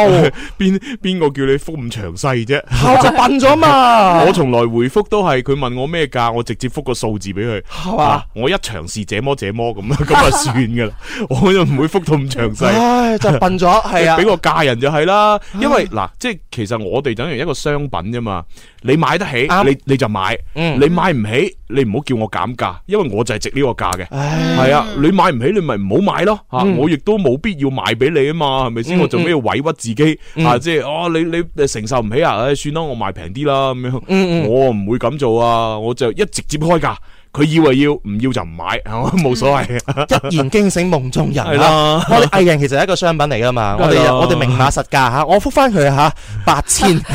[SPEAKER 2] 邊邊個叫你復咁詳細啫？
[SPEAKER 3] 我就笨咗嘛。
[SPEAKER 2] 我從來回覆都係佢問我咩價，我直接覆個數字俾佢。
[SPEAKER 3] 係嘛
[SPEAKER 2] 啊我一場是這麼這麼咁啊，咁啊 算噶啦，我就唔會覆到咁詳細。
[SPEAKER 3] 唉，就笨咗，係啊
[SPEAKER 2] 俾，個嫁人就係啦，因為嗱，即係其實我哋等於一個商品啫嘛，你買得起，
[SPEAKER 3] 啱
[SPEAKER 2] 你你就買，
[SPEAKER 3] 嗯
[SPEAKER 2] 你買唔起，你唔好叫我減價，因為我就係值呢個價嘅，
[SPEAKER 3] 唉，
[SPEAKER 2] 係啊，你買唔起你咪唔好買咯，吓，
[SPEAKER 3] 嗯
[SPEAKER 2] 我亦都冇必要賣俾你啊嘛，係咪先？
[SPEAKER 3] 嗯
[SPEAKER 2] 我做咩要委屈自己
[SPEAKER 3] 嗯
[SPEAKER 2] 啊？即係哦，你你承受唔起啊？唉，算啦，我賣平啲啦咁樣，
[SPEAKER 3] 嗯嗯
[SPEAKER 2] 我唔會咁做啊，我就一直接開價。佢要就要，唔要就唔買，係嘛冇所謂。
[SPEAKER 3] 一言驚醒夢中人
[SPEAKER 2] 係
[SPEAKER 3] 啦
[SPEAKER 2] 啦！
[SPEAKER 3] 我哋藝人其實係一個商品嚟噶嘛，我
[SPEAKER 2] 梗係
[SPEAKER 3] 哋
[SPEAKER 2] 啦
[SPEAKER 3] 我哋明碼實價嚇，我覆翻佢嚇八 千，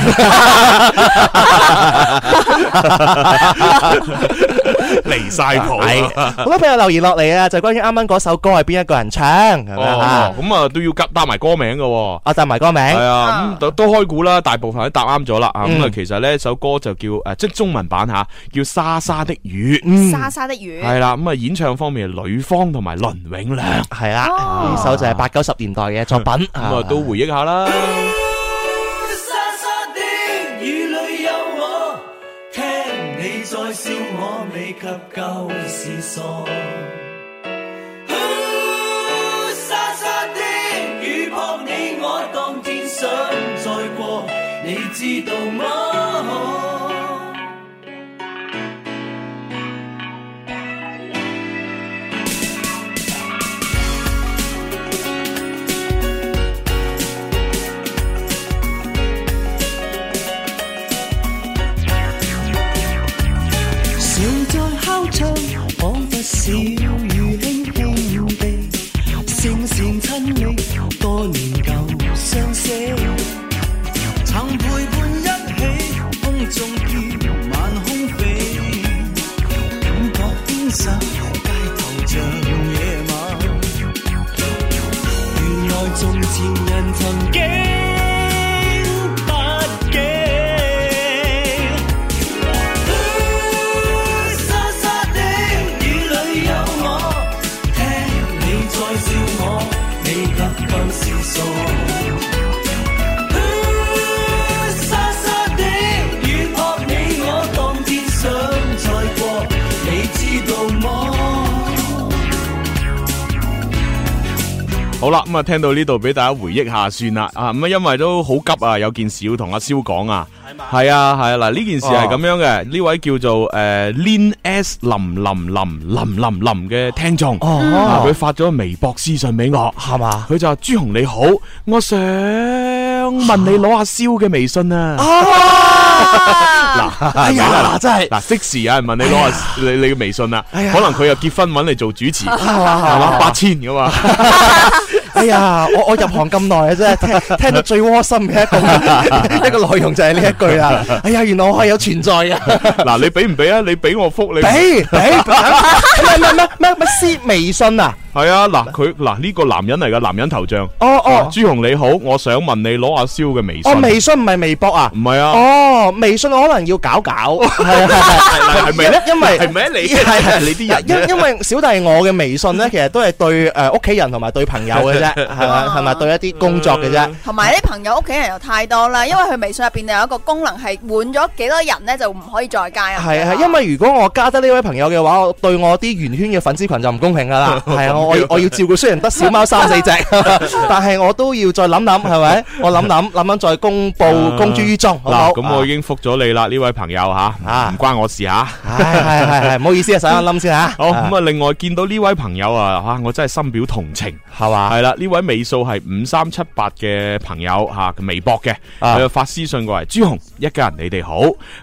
[SPEAKER 2] 離晒譜啊。
[SPEAKER 3] 係好多朋友留言落嚟啊，就關於啱啱嗰首歌係邊一個人唱咁樣
[SPEAKER 2] 哦
[SPEAKER 3] 嚇，，
[SPEAKER 2] 咁啊都要夾搭埋歌名噶喎。
[SPEAKER 3] 我答埋歌名
[SPEAKER 2] 系。啊，咁都都開估啦，大部分都答啱咗啦。啊咁啊
[SPEAKER 3] 嗯，
[SPEAKER 2] 其實呢首歌就叫诶，即係中文版吓，叫《沙沙的雨》。
[SPEAKER 4] 沙沙的魚。
[SPEAKER 2] 係啦，咁啊演唱方面，呂方同埋倫永亮，
[SPEAKER 3] 系啦，
[SPEAKER 4] 哦
[SPEAKER 3] 呢首就係八九十年代嘅作品，咁
[SPEAKER 2] 咁啊都回憶下啦。
[SPEAKER 7] 沙沙的雨里有我，聽你在笑我未及舊時傻。呼沙沙的雨撲你我，當天想再過，你知道嗎？
[SPEAKER 8] 谁在敲窗？仿佛小雨輕輕地，聲線親昵，多年舊相識。曾陪伴一起，空中飄，晚空飛，感覺天生，街頭像野馬。原來從前人曾經不記。沙沙的雨裏有我，聽你在笑我，你及舊時傻。沙沙的雨撲你我，當天想再過，你知道麼？
[SPEAKER 2] 好啦，咁啊聽到呢度俾大家回憶下算啦。啊咁啊，因為都好急啊，有件事要同阿蕭講啊。係啊係啊，嗱呢件事係咁樣嘅，呢位叫做诶 Lin S 林林林林林林嘅聽眾，啊
[SPEAKER 3] 哦，
[SPEAKER 2] 佢發咗微博私信俾我。
[SPEAKER 3] 係嘛？
[SPEAKER 2] 啊佢就話：朱紅你好，我想問你攞阿蕭嘅微信啊！ 嗱，
[SPEAKER 3] 哎呀
[SPEAKER 2] 係咪啦
[SPEAKER 3] 嗱真係哎
[SPEAKER 2] 嗱，即時有人問你攞阿你你嘅微信啊啦，可
[SPEAKER 3] 哎呀啊
[SPEAKER 2] 能佢又結婚揾你做主持，係嘛八千啊 噶嘛，
[SPEAKER 3] 哎呀，我我入行咁耐啊，真係 聽聽到最窩心嘅一個一個內容就係呢一句啦。哎呀，原來我係有存在嘅。
[SPEAKER 2] 嗱你俾唔俾啊？你俾我覆你，
[SPEAKER 3] 俾俾，唔係唔係唔係唔係唔係私微信啊！
[SPEAKER 2] 係啊嗱佢嗱呢個男人嚟噶，男人頭像，
[SPEAKER 3] 哦
[SPEAKER 2] 哦
[SPEAKER 3] 哦，
[SPEAKER 2] 朱紅你好，我想問你攞阿蕭嘅微
[SPEAKER 3] 我
[SPEAKER 2] 信，
[SPEAKER 3] 微信唔係微博啊
[SPEAKER 2] 唔。係啊，
[SPEAKER 3] 哦，微信我可能要搞搞，係係
[SPEAKER 2] 係啊咪咧？
[SPEAKER 3] 因為
[SPEAKER 2] 係咪呢你
[SPEAKER 3] 係
[SPEAKER 2] 你啲
[SPEAKER 3] 因
[SPEAKER 2] 人
[SPEAKER 3] 因為小弟我嘅微信咧，其實都係對呃誒屋企人同埋對朋友嘅 啫，係咪？
[SPEAKER 2] 哦
[SPEAKER 3] 係咪對一啲工作嘅啫？
[SPEAKER 4] 同埋啲朋友屋企人又太多啦，因為佢微信入邊有一個功能係滿咗幾多人咧就唔可以再加人。
[SPEAKER 3] 係係，
[SPEAKER 2] 嗯
[SPEAKER 3] 因為如果我加得呢位朋友嘅話，我對我啲圓圈嘅粉絲群就唔公平㗎啦。 係啊，我我要照顧，雖然得小貓三四隻， 但係我都要再諗諗，係咪？我諗諗諗諗，再公佈公諸於眾，好唔好
[SPEAKER 2] 啊嗱咁我已經覆咗你啦，呢位朋友吓，
[SPEAKER 3] 啊
[SPEAKER 2] 唔關我事吓。
[SPEAKER 3] 唉係係係，唔好意思啊，手一冧先嚇。
[SPEAKER 2] 好咁啊！另外見到呢位朋友啊，吓我真係深表同情，
[SPEAKER 3] 係嘛？
[SPEAKER 2] 係啦，呢位尾數係五三七八嘅朋友吓，佢微博嘅，
[SPEAKER 3] 啊
[SPEAKER 2] 佢就發私信過嚟，朱紅一家人你哋好，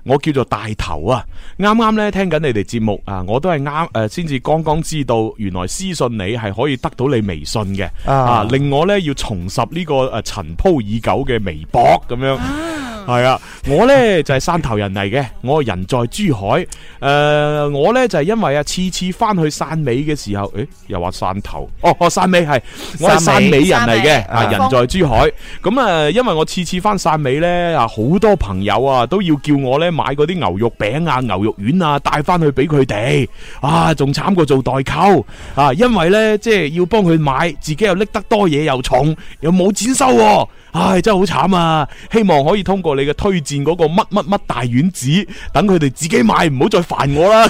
[SPEAKER 2] 我叫做大頭啊，啱啱咧聽緊你哋節目啊，我都係啱诶，先至剛剛知道原來私信你係可以得到你微信嘅
[SPEAKER 3] 啊
[SPEAKER 2] 啊，令我咧要重拾呢個诶塵鋪已久嘅微博咁樣。系啊，我呢就係山頭人嚟嘅，我人在珠海。诶、我呢就係因為啊，次次翻去汕尾嘅時候，诶、又話汕頭，哦，哦，汕尾係，我係汕尾人嚟嘅，
[SPEAKER 4] 汕尾
[SPEAKER 2] 啊，人在珠海。咁啊，因為我次次翻汕尾呢，啊，好多朋友啊都要叫我呢買嗰啲牛肉餅啊、牛肉丸啊，帶翻去俾佢哋。啊，仲慘過做代購啊，因為呢，即係要幫佢買，自己又拎得多嘢又重，又冇錢收、喎。唉，真係好慘啊！希望可以通過你嘅推薦嗰個乜乜乜大丸子，等佢哋自己買，唔好再煩我啦。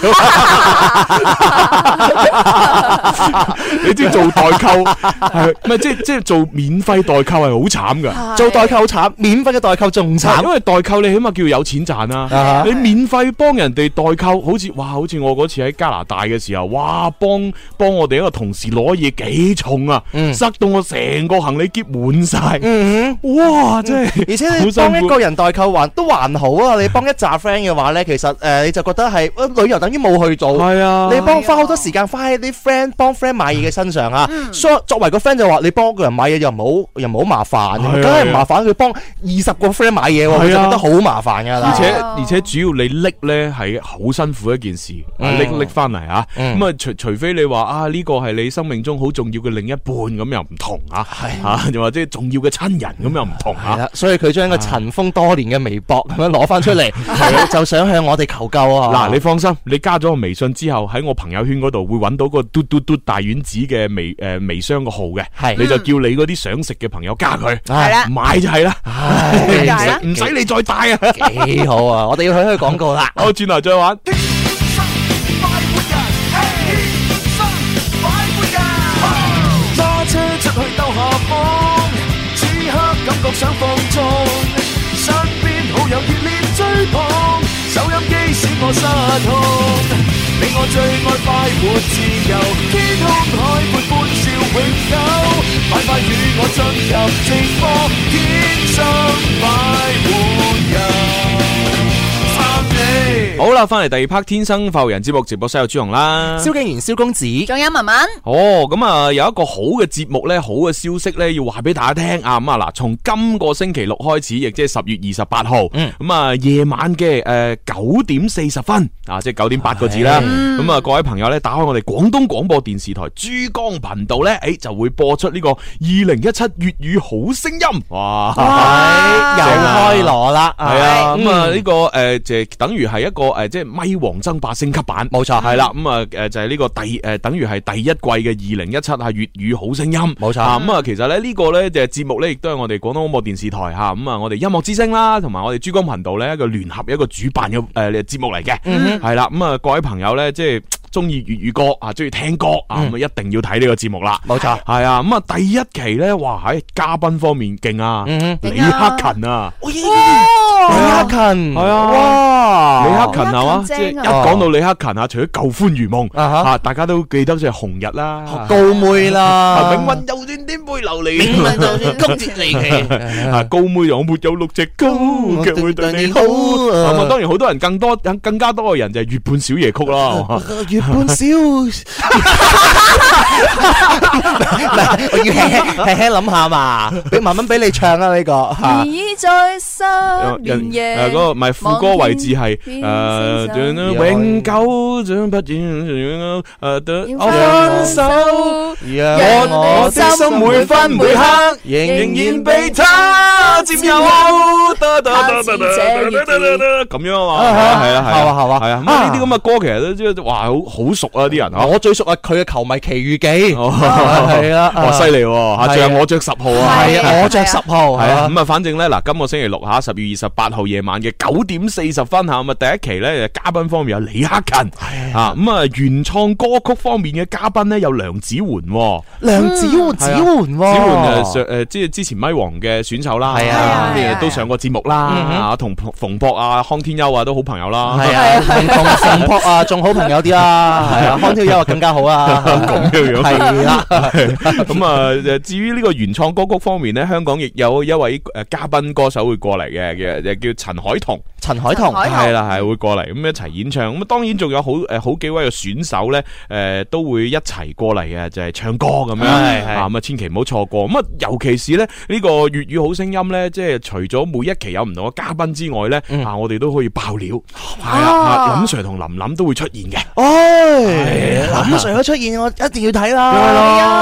[SPEAKER 2] 你知做代購係咪即係即係做免費代購係好慘㗎？
[SPEAKER 4] 係
[SPEAKER 3] 做代購好慘，免費嘅代購仲慘
[SPEAKER 2] 因。為代購你起碼叫有錢賺啊！
[SPEAKER 3] 啊
[SPEAKER 2] 你免費幫人哋代購，好似哇，好似我嗰次喺加拿大嘅時候，哇，幫幫我哋一個同事攞嘢幾重啊，
[SPEAKER 3] 嗯
[SPEAKER 2] 塞到我成個行李箧滿晒，
[SPEAKER 3] 嗯哼。嗯
[SPEAKER 2] 哇，真係
[SPEAKER 3] 而且
[SPEAKER 2] 好
[SPEAKER 3] 你
[SPEAKER 2] 辛
[SPEAKER 3] 幫
[SPEAKER 2] 苦
[SPEAKER 3] 一個人代購還都還好啊！你幫一扎 friend 嘅話呢，其實誒、呃你就覺得係、呃旅遊等於冇去做。
[SPEAKER 2] 係啊
[SPEAKER 3] 你幫花好多時間花喺啲 friend 幫 friend 買嘢嘅身上啊。
[SPEAKER 2] 嗯
[SPEAKER 3] 所以作為個 friend 就話你幫一個人買嘢又唔好又唔好麻煩，
[SPEAKER 2] 係啊
[SPEAKER 3] 梗係唔麻煩。佢幫二十個 friend 買嘢喎，佢就
[SPEAKER 2] 係啊
[SPEAKER 3] 覺得好麻煩㗎啦
[SPEAKER 2] 而。且
[SPEAKER 4] 哦
[SPEAKER 2] 而且主要你拎咧係好辛苦一件事，啊
[SPEAKER 3] 嗯
[SPEAKER 2] 拎拎翻嚟啊，
[SPEAKER 3] 嗯
[SPEAKER 2] 咁啊除除非你話啊呢個係你生命中好重要嘅另一半咁又唔同啊，啊又或者重要嘅親人咁又唔同
[SPEAKER 3] 係
[SPEAKER 2] 啊。
[SPEAKER 3] 啦，所以佢將個塵封多年嘅微博咁樣攞翻出嚟，就想向我哋求救啊！
[SPEAKER 2] 啊嗱，你放心，你加咗我微信之後，喺我朋友圈嗰度會揾到個嘟嘟嘟大丸子嘅微诶微商個號嘅，
[SPEAKER 3] 係
[SPEAKER 2] 你就叫你嗰啲想食嘅朋友加佢，
[SPEAKER 3] 唉
[SPEAKER 4] 係啦
[SPEAKER 2] 買就係啦，
[SPEAKER 3] 唉，
[SPEAKER 4] 點解咧？
[SPEAKER 2] 唔使你再帶啊。
[SPEAKER 3] 幾好啊！我哋要去去廣告 啦。
[SPEAKER 2] 好，轉頭再玩。
[SPEAKER 8] 揸車出去兜下風，此刻感覺想放縱，身邊好友熱烈追捧，收音機使我失控。你我最愛快活自由，天空海闊歡笑永久，快快與我進入直播，天生快活人，
[SPEAKER 2] 好啦，翻嚟第二 part《天生浮人》節目直播室有朱紅啦。
[SPEAKER 3] 蕭敬元、蕭公子。
[SPEAKER 4] 仲有文文，
[SPEAKER 2] 哦，咁啊，有一個好嘅節目呢，好嘅消息呢，要話俾大家聽啊！咁啊，嗱，從今個星期六開始，亦即係十月二十八號，
[SPEAKER 3] 嗯
[SPEAKER 2] 咁啊，夜晚嘅誒九點四十分啊，即係九點八個字啦。咁啊，各位朋友呢，打開我哋廣東廣播電視台珠江頻道呢，誒就會播出呢個二零一七粵語好聲音，哇！
[SPEAKER 3] 唉又開鑼啦，
[SPEAKER 2] 系啊，
[SPEAKER 3] 嗯
[SPEAKER 2] 咁啊呢個诶，呃就等於係一個诶，呃即係咪王爭霸升級版，
[SPEAKER 3] 冇錯
[SPEAKER 2] 係啦，咁啊诶就係呢個第诶，等於係第一季嘅二零一七啊粵語好聲音，
[SPEAKER 3] 冇錯
[SPEAKER 2] 啊咁啊，其實咧呢個咧就係節目咧，亦都係我哋廣東廣播電視台吓，咁啊我哋音樂之聲啦，同埋我哋珠江頻道咧一個聯合一個主辦嘅诶節目嚟嘅，
[SPEAKER 3] 嗯
[SPEAKER 2] 係啦，咁啊各位朋友咧即係中意粵語歌啊，中意聽歌啊，咁
[SPEAKER 3] 嗯
[SPEAKER 2] 啊一定要睇呢個節目啦。
[SPEAKER 3] 冇錯。
[SPEAKER 2] 係啊，咁啊第一期咧，哇！喺嘉賓方面勁啊，
[SPEAKER 3] 嗯
[SPEAKER 2] 李
[SPEAKER 4] 勁啊
[SPEAKER 2] 克勤啊，
[SPEAKER 3] 李克勤
[SPEAKER 2] 係啊
[SPEAKER 3] 哇，
[SPEAKER 2] 李克勤係嘛？
[SPEAKER 4] 李克勤
[SPEAKER 2] 即
[SPEAKER 4] 正
[SPEAKER 2] 係
[SPEAKER 4] 啊
[SPEAKER 2] 一講到李克勤啊，除咗舊歡如夢
[SPEAKER 3] 啊哈
[SPEAKER 2] 啊，大家都記得就係紅日啦，
[SPEAKER 3] 高妹啦，
[SPEAKER 2] 啊 永運就算顛沛流離。
[SPEAKER 3] 今節離奇。
[SPEAKER 2] 啊，高妹又沒有六隻高腳會對你好。
[SPEAKER 3] 啊
[SPEAKER 2] 咁啊，當然好多人更多更加多嘅人就係月半小夜曲啦。
[SPEAKER 3] 月半小，我要輕輕輕輕諗下嘛，俾慢慢俾你唱啊呢個嚇。
[SPEAKER 4] 已在失
[SPEAKER 2] 人
[SPEAKER 4] 眠夜
[SPEAKER 2] 誒嗰個唔係副歌位置係誒
[SPEAKER 4] 望天邊先生
[SPEAKER 2] 永久將不遠誒得
[SPEAKER 4] 要
[SPEAKER 2] 分
[SPEAKER 4] 分
[SPEAKER 2] 手，
[SPEAKER 4] 手，
[SPEAKER 3] 讓
[SPEAKER 2] 我我
[SPEAKER 3] 我
[SPEAKER 2] 的心每分每刻。
[SPEAKER 3] 仍
[SPEAKER 2] 仍
[SPEAKER 3] 然
[SPEAKER 2] 然被他佔有，咁樣啊嘛，係啦係啦係啊，咁啊呢啲咁嘅歌其實都即係哇好好熟啊啲人啊，
[SPEAKER 3] 我最熟啊佢嘅球迷奇遇記，係啊，
[SPEAKER 2] 哇犀利喎，嚇仲有我着十號啊，
[SPEAKER 3] 係啊，我着十號，
[SPEAKER 2] 系啊，咁啊，反正咧嗱，今個星期六吓，十月二十八號夜晚嘅九點四十分吓，咁啊第一期咧嘉賓方面有李克勤，啊咁啊原創歌曲方面嘅嘉賓咧有梁子媛喎，
[SPEAKER 3] 梁子媛，子媛喎，
[SPEAKER 2] 子媛诶上诶即係之前咪王嘅選手啦，
[SPEAKER 3] 哦係啊嗯
[SPEAKER 2] 咁呃
[SPEAKER 4] 係啊
[SPEAKER 2] 亦都上過節目啦，啊同馮馮博啊、康天庥啊都好朋友啦，
[SPEAKER 3] 係啊，同同馮博啊，仲好朋友啲啦，係啊，康挑友啊更加好啊，
[SPEAKER 2] 咁樣樣
[SPEAKER 3] 係啦，
[SPEAKER 2] 咁啊，誒至於呢個原創歌曲方面咧，香港亦有一位誒嘉賓歌手會過嚟嘅，嘅誒叫陳海彤，
[SPEAKER 3] 陳海彤
[SPEAKER 4] 陳海彤
[SPEAKER 2] 係
[SPEAKER 3] 嗯
[SPEAKER 2] 啦，係會過嚟咁一齊演唱。咁啊，當然仲有好誒好幾位嘅選手咧，誒都會一齊過嚟嘅，就係唱歌咁樣。
[SPEAKER 3] 係係
[SPEAKER 2] 啊咁啊，千祈唔好錯過。咁啊，尤其是咧呢個粵語好聲音咧，即係除咗每一期有唔同嘅嘉賓之外咧，
[SPEAKER 3] 嗯
[SPEAKER 2] 啊，我哋都可以爆料，係啦，啊林 Sir 同林林都會出現嘅。
[SPEAKER 3] 哎，林 Sir 佢出現，我一定要睇啦，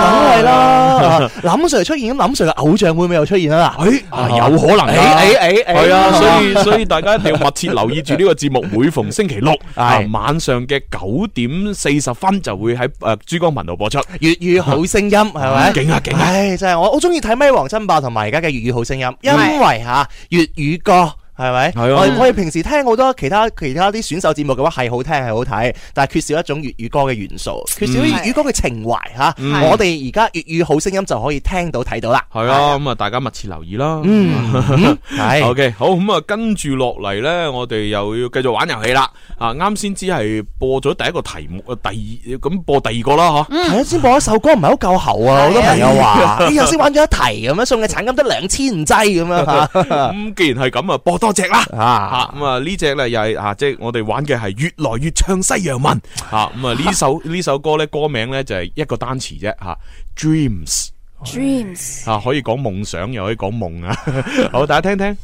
[SPEAKER 3] 梗係啦，林 Sir 出現，咁林 Sir 嘅偶像會唔會又出現啊？哎
[SPEAKER 2] 誒啊，有可能㗎
[SPEAKER 3] 誒誒誒
[SPEAKER 2] 係啊，所以所以大家一定要密切留意住呢個節目，每逢星期六啊
[SPEAKER 3] 係
[SPEAKER 2] 晚上嘅九點四十分就會喺誒珠江頻道播出。
[SPEAKER 3] 粵語好聲音係咪？
[SPEAKER 2] 勁啊勁啊
[SPEAKER 3] 唉，真係我好中意睇《咪王爭霸》同埋而家嘅粵語好聲音，因為嚇粵語歌。係咪？
[SPEAKER 2] 係啊
[SPEAKER 3] 我哋我哋平時聽好多其他其他啲選秀節目嘅話係好聽係好睇，但係缺少一種粵語歌嘅元素，缺
[SPEAKER 2] 嗯
[SPEAKER 3] 少粵語歌嘅情懷嚇。我哋而家粵語好聲音就可以聽到睇到啦。
[SPEAKER 2] 係啊，咁啊，大家密切留意啦。啊
[SPEAKER 3] 嗯，係
[SPEAKER 2] OK，好咁啊，跟住落嚟呢，我哋又要繼續玩遊戲啦。啊，啱先只係播咗第一個題目，呃第二咁播第二個啦， 吓。
[SPEAKER 3] 係啊，先播一首歌唔係好夠喉
[SPEAKER 2] 嗯
[SPEAKER 3] 啊！好多朋友 話：你頭先玩咗一題咁樣，送嘅產金得兩千唔劑咁樣嚇。
[SPEAKER 2] 咁既然係咁啊，播多多隻啦。
[SPEAKER 3] 啊，
[SPEAKER 2] 啊咁啊呢只咧又係啊，即係我哋玩嘅係越來越唱西洋文啊咁啊呢 首呢首歌咧歌名咧就係一個單詞啫吓，dreams
[SPEAKER 4] Dreams，
[SPEAKER 2] 啊可以講夢想又可以講夢啊， 好大家聽聽。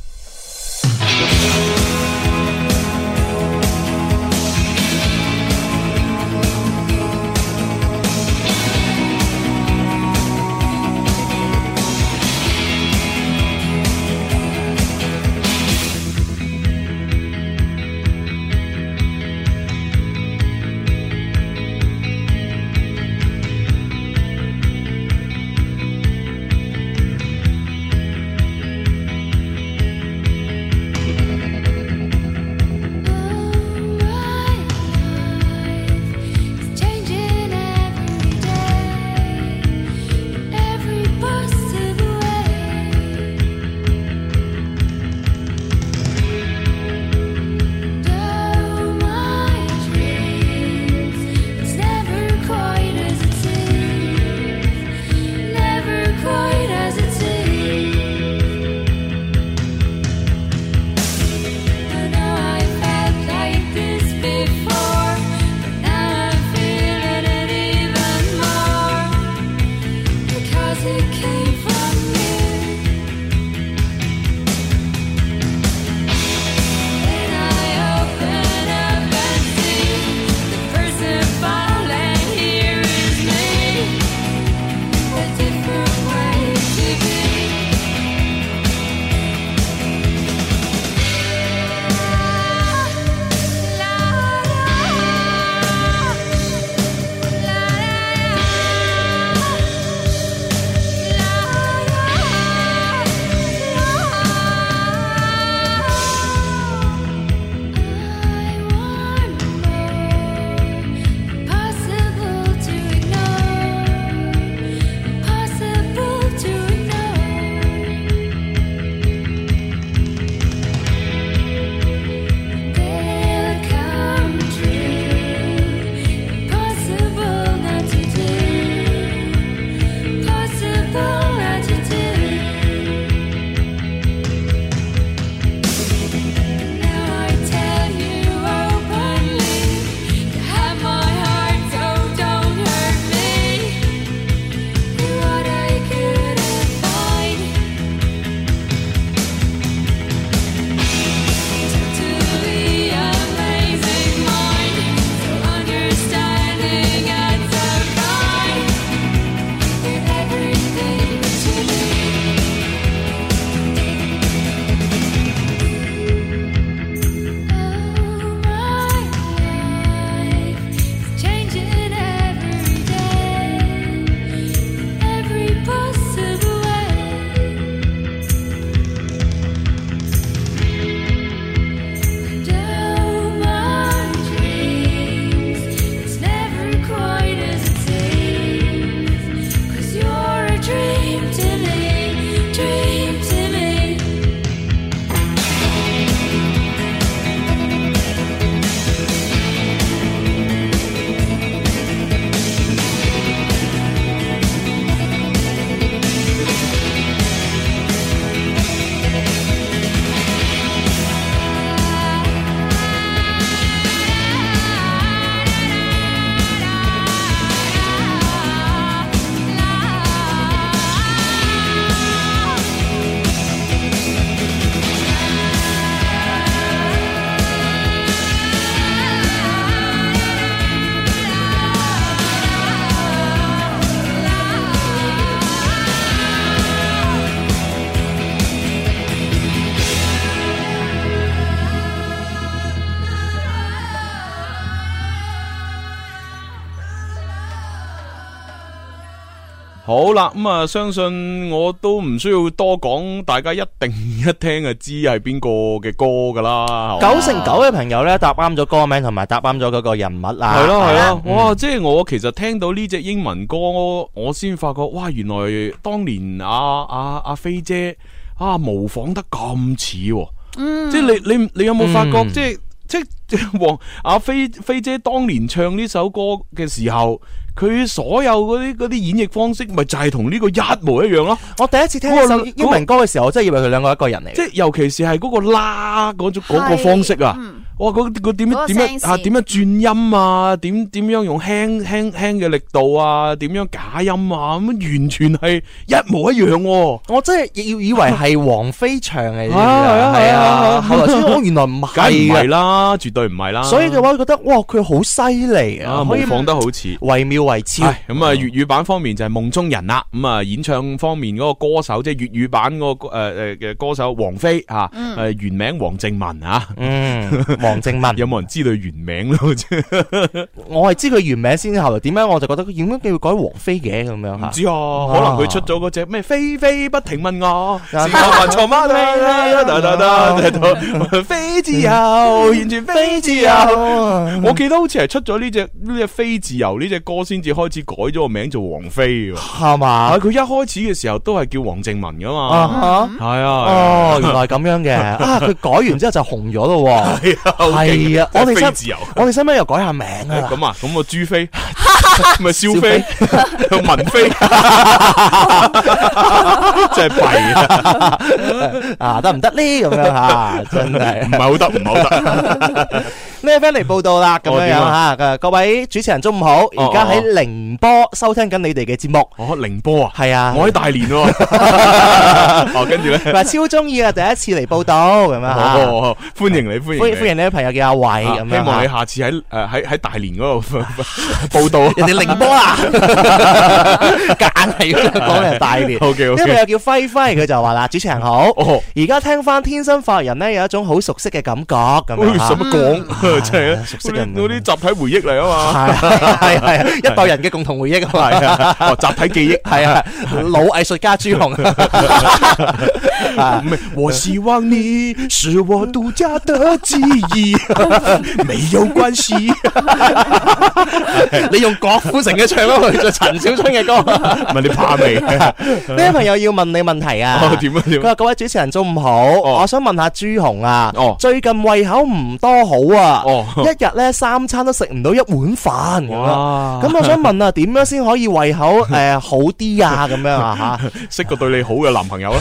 [SPEAKER 9] Quite as it seems I know I felt like this before, but now I'm feeling it even more because it came from you. When I open up and see the person falling here is me, a different way to be. They'll come true. Possible not to do. Possible not to do. Now I tell you openly to have my heart, so don't hurt me. What I couldn't find. To be amazing mind, so understanding and so kind. You're everything to me. Oh, my life is changing every day, every possible way. It's never quite as it seems. Cause you're a dream to me, dream to me.
[SPEAKER 2] Được rồi, tôi tin tôi không cần nói nhiều, mọi người 啊 chắc chắn sẽ biết là bài hát nào
[SPEAKER 3] 九成九嘅朋友咧答啱咗歌名同埋答啱咗嗰個人物啊，
[SPEAKER 2] 系咯系咯，
[SPEAKER 3] 嗯
[SPEAKER 2] 哇！即系我其實聽到呢只英文歌，我先發覺，哇！原來當年啊阿阿阿菲啊姐啊模仿得咁似喎，即系你你你有冇發覺？
[SPEAKER 3] 嗯
[SPEAKER 2] 即係即係 黃阿菲菲姐當年唱呢首歌嘅時候，佢所有嗰啲嗰啲演繹方式，咪就係同呢個一模一樣咯。
[SPEAKER 3] 我第一次聽呢首英文歌嘅時候，我真係以為佢兩個一個人嚟
[SPEAKER 2] 即
[SPEAKER 3] 嘅。
[SPEAKER 2] 係尤其是係嗰個啦嗰種嗰個方式啊，哇！嗰嗰點
[SPEAKER 4] 嗰個
[SPEAKER 2] 樣點
[SPEAKER 4] 聲
[SPEAKER 2] 樣
[SPEAKER 4] 線
[SPEAKER 2] 啊？點樣轉音啊？點點樣用輕輕輕嘅力度啊？點樣假音啊？咁完全係一模一樣喎。
[SPEAKER 3] 我真係要以為係黃飛翔嚟嘅，
[SPEAKER 2] 哦啊係啊
[SPEAKER 3] 係
[SPEAKER 2] 係
[SPEAKER 3] 啊，
[SPEAKER 2] 啊
[SPEAKER 3] 後來先知哦原來唔
[SPEAKER 2] 梗係唔
[SPEAKER 3] 係
[SPEAKER 2] 係
[SPEAKER 3] 嘅，
[SPEAKER 2] 啦，絕對唔係啦。
[SPEAKER 3] 所以嘅話，覺得哇，佢好犀利
[SPEAKER 2] 啊，
[SPEAKER 3] 啊，可以
[SPEAKER 2] 模仿得好似。
[SPEAKER 3] 惟妙惟肖。
[SPEAKER 2] 唉咁啊，粵語版方面就係夢中人啦。咁啊，演唱方面嗰個歌手即係粵語版嗰個誒誒嘅歌手王菲啊，誒原名黃正文啊。
[SPEAKER 3] 嗯，王靖雯，
[SPEAKER 2] 有冇人知道佢原名咯？即係
[SPEAKER 3] 我係知佢原名先，後來點解我就覺得佢點解佢會改王菲嘅咁樣
[SPEAKER 2] 唔
[SPEAKER 3] 嚇。
[SPEAKER 2] 知啊，可能佢出咗嗰只咩飛飛不停問我，是
[SPEAKER 3] 啊
[SPEAKER 2] 我還錯嗎？噠噠噠噠噠噠飛自由，完全飛自由。我記得好似係出咗呢只呢只飛自由呢只歌先至開始改咗個名做王菲喎。
[SPEAKER 3] 係嘛
[SPEAKER 2] 啊，？佢一開始嘅時候都係叫王正文噶
[SPEAKER 3] 啊
[SPEAKER 2] 嘛。
[SPEAKER 3] 哈！
[SPEAKER 2] 係啊，
[SPEAKER 3] 哦，原來咁樣 嘅啊！佢改完之後就紅咗咯喎，係啊！我哋
[SPEAKER 2] 飛
[SPEAKER 3] 使
[SPEAKER 2] 自由。
[SPEAKER 3] 我哋使唔使又改下名啊？
[SPEAKER 2] 咁啊，咁啊，朱飛咪蕭飛，文飛，真係弊啊！
[SPEAKER 3] 啊，得唔得呢？咁樣吓，真係
[SPEAKER 2] 唔係好得，唔係好得。
[SPEAKER 3] 呢位 friend 嚟報道啦，咁
[SPEAKER 2] 哦
[SPEAKER 3] 樣
[SPEAKER 2] 點
[SPEAKER 3] 樣
[SPEAKER 2] 啊
[SPEAKER 3] 吓。佢話各位主持人中午好，而家喺寧波收聽緊你哋嘅節目，
[SPEAKER 2] 哦，寧波啊，
[SPEAKER 3] 係啊。
[SPEAKER 2] 我喺大連喎。 哦，跟住咧，
[SPEAKER 3] 佢話超中意啊，第一次嚟報道咁樣吓。
[SPEAKER 2] 哦，歡迎你，歡迎
[SPEAKER 3] 啊歡迎
[SPEAKER 2] 你，
[SPEAKER 3] 歡迎呢位朋友叫阿偉
[SPEAKER 2] 啊
[SPEAKER 3] 咁樣
[SPEAKER 2] 希望你
[SPEAKER 3] 嚇
[SPEAKER 2] 下次喺誒喺喺大連嗰度報道。
[SPEAKER 3] 人哋寧波 啊，夾硬係講人大連。呢
[SPEAKER 2] OK，OK
[SPEAKER 3] 位朋友叫輝輝，佢就話啦：主持人好。
[SPEAKER 2] 哦，
[SPEAKER 3] 而家聽翻《天生發人》咧，有一種好熟悉嘅感覺咁
[SPEAKER 2] 喂
[SPEAKER 3] 樣
[SPEAKER 2] 哦
[SPEAKER 3] 嚇。
[SPEAKER 2] 使乜講？ 真係啊
[SPEAKER 3] 啊熟悉
[SPEAKER 2] 嗰
[SPEAKER 3] 人
[SPEAKER 2] 啲嗰啲 集體回憶嚟啊
[SPEAKER 3] 係係係一代人嘅共同回憶啊嘛。
[SPEAKER 2] 嘛。哦，集體記憶。
[SPEAKER 3] 係 啊，老藝術家朱紅啊，
[SPEAKER 2] 唔係，我希望你是我獨家的記憶，沒有關係。
[SPEAKER 3] 你用郭富城嘅唱咯，去做陳小春 嘅歌。
[SPEAKER 2] 問你 怕未？
[SPEAKER 3] 呢位朋友要問你問題啊
[SPEAKER 2] 哦，？點啊點
[SPEAKER 3] 佢話：各位主持人中午好，我想問下朱紅啊
[SPEAKER 2] 哦，
[SPEAKER 3] 最近胃口唔多好啊，
[SPEAKER 2] 哦，
[SPEAKER 3] 一日咧三餐都食唔到一碗飯咁啊。
[SPEAKER 2] 哇！
[SPEAKER 3] 咁我想問啊，點樣先可以胃口誒好啲啊？咁樣啊嚇。
[SPEAKER 2] 識個對你好嘅男朋友啦，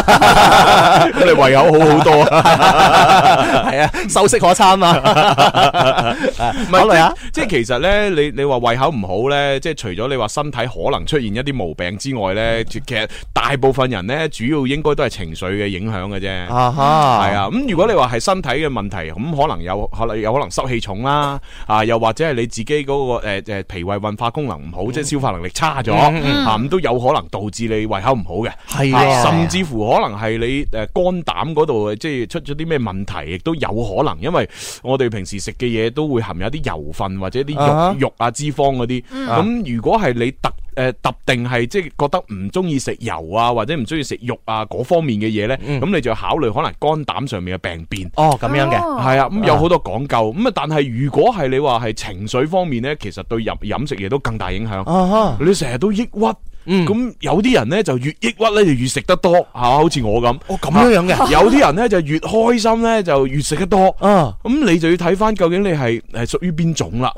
[SPEAKER 2] 咁 你胃口好好多 啊！
[SPEAKER 3] 系啊，秀色可餐嘛。
[SPEAKER 2] 唔
[SPEAKER 3] 考慮下
[SPEAKER 2] 係， 即係其實咧，你你話胃口唔好咧，即係除咗你話身體可能出現一啲毛病之外
[SPEAKER 3] 嗯
[SPEAKER 2] 咧，其其實大部分人咧主要應該都係情緒嘅影響嘅啫。
[SPEAKER 3] 啊哈，
[SPEAKER 2] 系啊，咁如果你話係身體嘅問題，咁可能有可能有可能濕氣重啦，啊，又或者係你自己嗰、個诶诶、誒脾胃運化功能唔好，即係消化能力差咗，
[SPEAKER 3] 嗯
[SPEAKER 2] 啊，咁都有可能導致你胃口唔好嘅。
[SPEAKER 3] 係
[SPEAKER 2] 啊
[SPEAKER 3] 啊，
[SPEAKER 2] 甚至乎可能係你诶肝膽嗰度即係出咗啲咩問題，亦都有可能，因為我哋平時食嘅嘢都會含有啲油分或者啲肉、
[SPEAKER 3] 啊哈
[SPEAKER 2] 肉啊脂肪嗰啲。咁、如果係你特诶特定係即係覺得唔中意食油啊，或者唔中意食肉啊嗰方面嘅嘢呢，咁、
[SPEAKER 3] 嗯
[SPEAKER 2] 你就要考慮可能肝膽上面嘅病變。
[SPEAKER 3] 哦咁樣嘅，
[SPEAKER 2] 係啊，咁有好多講究，咁啊，但係如果係你話係情緒方面呢，其實對飲飲食嘢都更大影響。
[SPEAKER 3] 啊
[SPEAKER 4] 哦
[SPEAKER 3] 哈，
[SPEAKER 2] 你成日都抑鬱，
[SPEAKER 3] 嗯
[SPEAKER 2] 咁有啲人咧就越抑鬱咧就越食得多，吓、好似我咁。
[SPEAKER 3] 哦咁樣樣嘅，
[SPEAKER 2] 有啲人咧就越開心咧就越食得多，
[SPEAKER 3] 啊，
[SPEAKER 2] 咁你就要睇翻究竟你係係屬於邊種啦。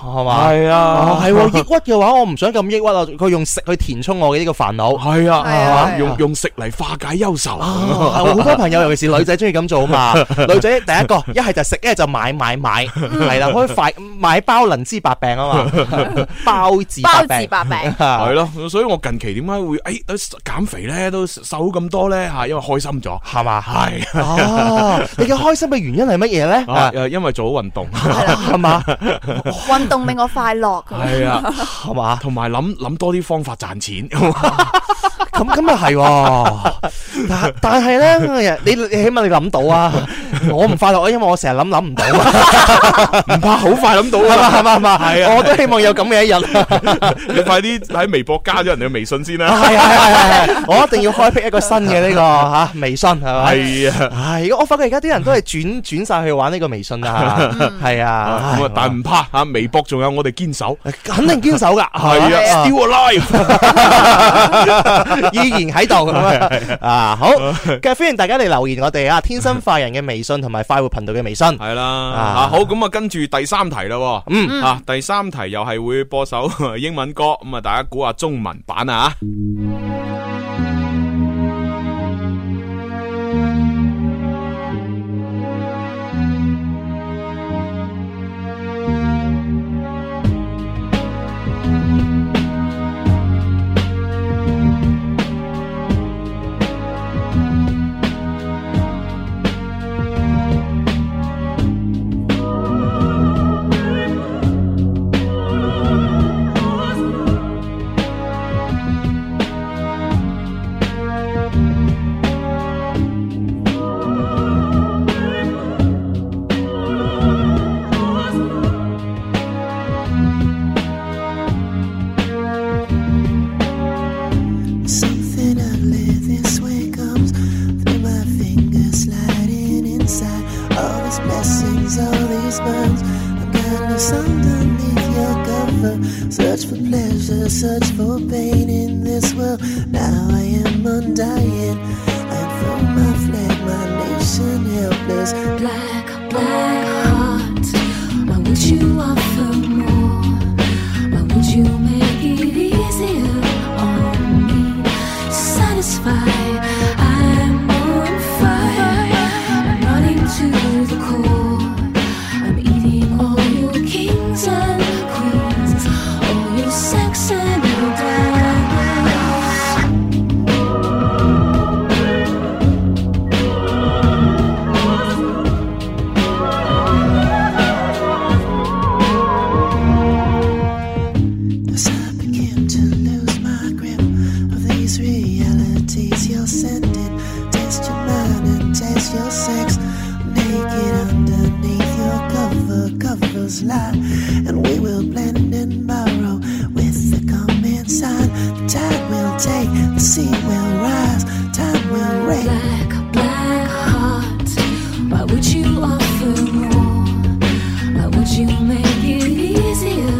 [SPEAKER 3] 係嘛？
[SPEAKER 2] 係
[SPEAKER 3] 哦，
[SPEAKER 2] 啊，
[SPEAKER 3] 係喎，抑鬱嘅話，我唔想咁抑鬱啊！佢用食去填充我嘅呢個煩 惱。
[SPEAKER 2] 係啊，
[SPEAKER 4] 係啊係啊
[SPEAKER 2] 用用食嚟化解憂愁。
[SPEAKER 3] 啊好多朋友，尤其是女仔，中意咁做啊嘛。 女仔第一個一係就食，一係就買買買，係 啦，可以快買包能治百病啊嘛，包治
[SPEAKER 4] 包
[SPEAKER 3] 百
[SPEAKER 4] 治
[SPEAKER 3] 病，啊
[SPEAKER 4] 百病。
[SPEAKER 2] 係
[SPEAKER 3] 係
[SPEAKER 2] 咯，所以我近期點解會誒都減肥咧都瘦咁多咧嚇，因為開心咗。
[SPEAKER 3] 係嘛？
[SPEAKER 2] 係
[SPEAKER 3] 哦，你嘅開心嘅原因係乜嘢咧？
[SPEAKER 2] 啊，因為做 好運動。
[SPEAKER 3] 係嘛？
[SPEAKER 4] 運動令我快樂。
[SPEAKER 2] 係啊，
[SPEAKER 3] 係嘛？
[SPEAKER 2] 同埋諗諗多啲方法賺 錢。
[SPEAKER 3] 咁咁又係 喎，但但係咧，你你起碼你諗到啊！我唔快樂啊，因為我成日諗諗唔到啊，
[SPEAKER 2] 唔怕，好快諗到
[SPEAKER 3] 係嘛係
[SPEAKER 2] 啊！
[SPEAKER 3] 嘛係嘛，係啊！我都希望有咁嘅一 日，係
[SPEAKER 2] 你快啲喺微博加咗人哋嘅微信先 啦。
[SPEAKER 3] 係係係係，我一定要開闢一個新嘅呢個嚇微信係咪？
[SPEAKER 2] 係啊，
[SPEAKER 3] 係，我發覺而家啲人都係轉轉曬去玩呢個微 信啦，係啊
[SPEAKER 2] 咁啊，，但唔怕嚇，微博仲有我哋堅守。
[SPEAKER 3] 肯定堅 守㗎，
[SPEAKER 2] 係啊，still alive。
[SPEAKER 3] 依然喺度咁啊！啊好，繼續歡迎大家嚟留言我哋啊！天生化人嘅微信信同埋快活頻道嘅微信
[SPEAKER 2] 系。啦，
[SPEAKER 3] 啊
[SPEAKER 2] 啊好，咁啊跟住第三題啦喎，
[SPEAKER 3] 嗯
[SPEAKER 2] 啊第三題又係會播首呃英文歌，咁啊大家估下中文版啊，
[SPEAKER 9] Something I live this way comes through my fingers, sliding inside. All these blessings, all these burns. I'm kind of underneath your cover. Search for pleasure, search for pain in this world. Now I am undying. I throw my flag, my nation helpless. Black, black heart. Why would you offer more? Why would you make it easier on me? Satisfy, I'm on fire. I'm running to the core. I'm eating all your kings and queens, all your sex and your diamonds. As I begin to lose my grip of these realities you're sending, test your mind and test your sex. Naked underneath your cover, covers lie, and we will blend and borrow with the common sign. The tide will take, the sea will rise, time will break. Black, black heart, why would you offer more? Why would you make it easier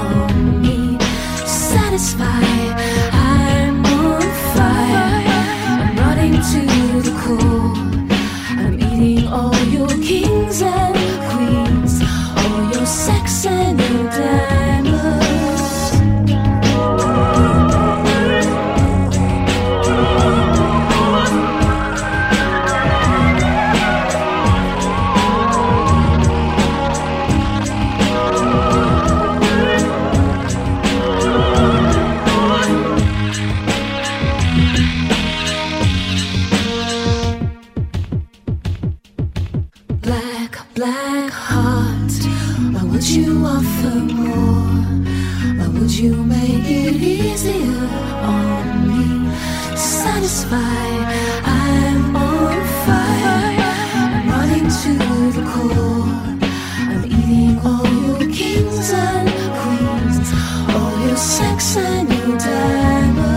[SPEAKER 9] on me? Satisfy, I'm on fire. I'm running to the core. I'm eating all your kings and queens, all your sex and your diamonds. Black, black heart, why would you offer more? Why would you make it easier on me? Satisfy, I'm on fire. I'm running to the core. I'm eating all your kings and queens, all your sex and your diamonds.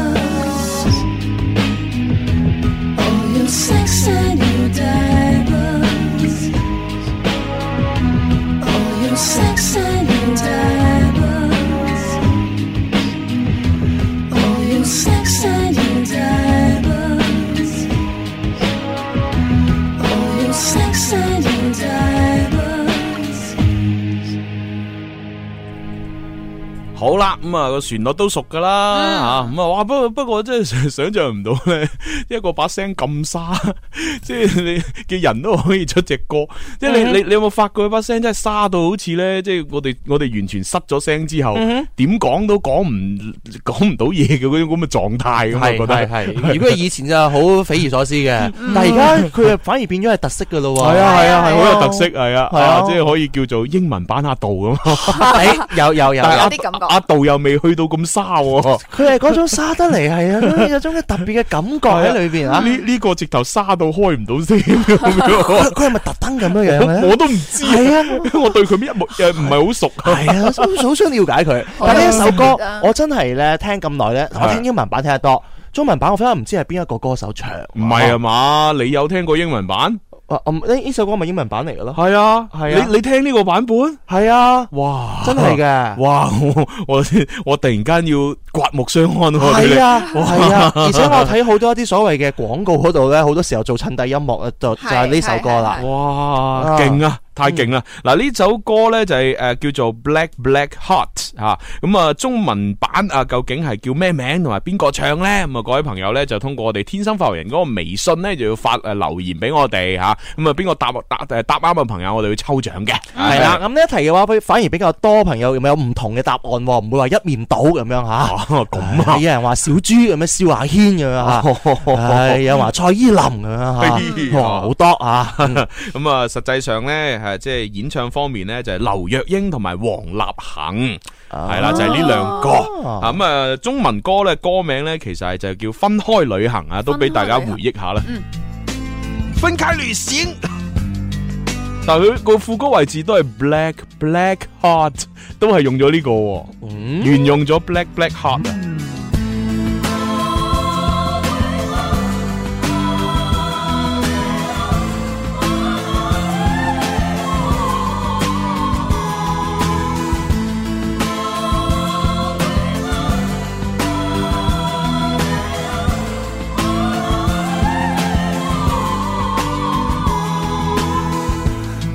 [SPEAKER 9] All your sex and your diamonds. All your sex and your diamonds. All your sex and your diamonds. All your sex and your diamonds.
[SPEAKER 2] 好啦，咁啊個旋律都熟噶
[SPEAKER 3] 嗯
[SPEAKER 2] 啦，吓咁啊哇，不過不過真係 想象唔到咧，一個把聲咁沙， 即係你嘅人都可以出只歌，即
[SPEAKER 3] 嗯
[SPEAKER 2] 係你你你有冇發覺佢把聲真係沙到好似咧，即係我哋我哋完全失咗聲之
[SPEAKER 3] 嗯
[SPEAKER 2] 後，點講都講唔講唔到嘢嘅嗰種咁嘅狀態咁啊，
[SPEAKER 3] 係
[SPEAKER 2] 覺得
[SPEAKER 3] 係係，如果以前就好匪夷所思嘅，但係而家佢又反而變咗係特色噶咯喎。
[SPEAKER 2] 係啊係啊係好有特 色
[SPEAKER 3] 係
[SPEAKER 2] 係啊，
[SPEAKER 3] 係啊
[SPEAKER 2] 啊即係可以叫做英文版阿杜咁，
[SPEAKER 3] 啊，誒有有有，
[SPEAKER 2] 但
[SPEAKER 4] 有
[SPEAKER 2] 係
[SPEAKER 4] 啲感覺
[SPEAKER 2] 阿阿杜又未去到咁沙喎。
[SPEAKER 3] 佢係嗰種沙得嚟係啊， 有種有種嘅特別嘅感覺喺裏邊啊。
[SPEAKER 2] 呢呢個直頭沙到開唔到聲咁樣
[SPEAKER 3] 佢 佢係咪特登咁樣樣
[SPEAKER 2] 我
[SPEAKER 3] 咧？
[SPEAKER 2] 我都唔知
[SPEAKER 3] 係啊。
[SPEAKER 2] 我對佢一冇誒唔係好熟啊。
[SPEAKER 3] 系啊，好好想了解 佢。但呢一首
[SPEAKER 4] 好有
[SPEAKER 3] 歌
[SPEAKER 4] 特別啊，
[SPEAKER 3] 我真係咧聽咁耐咧，我聽英文版聽得多，中文版我反而唔知係邊一個歌手唱。
[SPEAKER 2] 唔係啊嘛？你有聽過英文版？
[SPEAKER 3] 啊嗯呢呢首歌咪英文版嚟噶咯？
[SPEAKER 2] 系啊，
[SPEAKER 3] 係啊
[SPEAKER 2] 你你听呢个版本，
[SPEAKER 3] 系啊，
[SPEAKER 2] 哇，
[SPEAKER 3] 真係嘅
[SPEAKER 2] 哇，我我我突然间要刮目相看喎，
[SPEAKER 3] 系啊，系啊，而且我睇好多一啲所謂嘅廣告嗰度咧，好多時候做襯底音樂啊，就就
[SPEAKER 4] 係
[SPEAKER 3] 係呢首歌啦
[SPEAKER 4] 係係。
[SPEAKER 2] 哇，
[SPEAKER 3] 啊
[SPEAKER 2] 勁啊！太勁啦！嗱，呢首歌呢就係呃誒叫做 Black Black Heart 嚇，咁啊中文版啊究竟係叫咩名同埋邊個唱呢？咁啊各位朋友呢，就通過我哋天生發育人嗰個微信呢，就要發誒留言俾我哋嚇，咁啊邊個答答誒答啱嘅朋友，我哋會抽獎嘅。
[SPEAKER 3] 係啦，咁呢一題嘅話，反而比較多朋友有唔同嘅答案喎，唔會話一面倒咁樣吓。
[SPEAKER 2] 哦，咁啊
[SPEAKER 3] 有，人話小豬咁樣，蕭亞軒咁
[SPEAKER 2] 哦
[SPEAKER 3] 樣吓，係有人話蔡依林咁樣
[SPEAKER 2] 哎
[SPEAKER 3] 吓，哇
[SPEAKER 2] 呀
[SPEAKER 3] 好多啊！
[SPEAKER 2] 咁啊實際上呢，誒即係演唱方面呢，就係劉若英同埋黃立行。係啦，就係呢兩個啊咁啊，中文歌咧歌名咧其實係就叫分開嗯旅行啊，都俾大家回憶下啦。分開旅行，但係佢個副歌位置都係 black black heart，都係用咗呢個喎，沿用咗 black black heart 啊。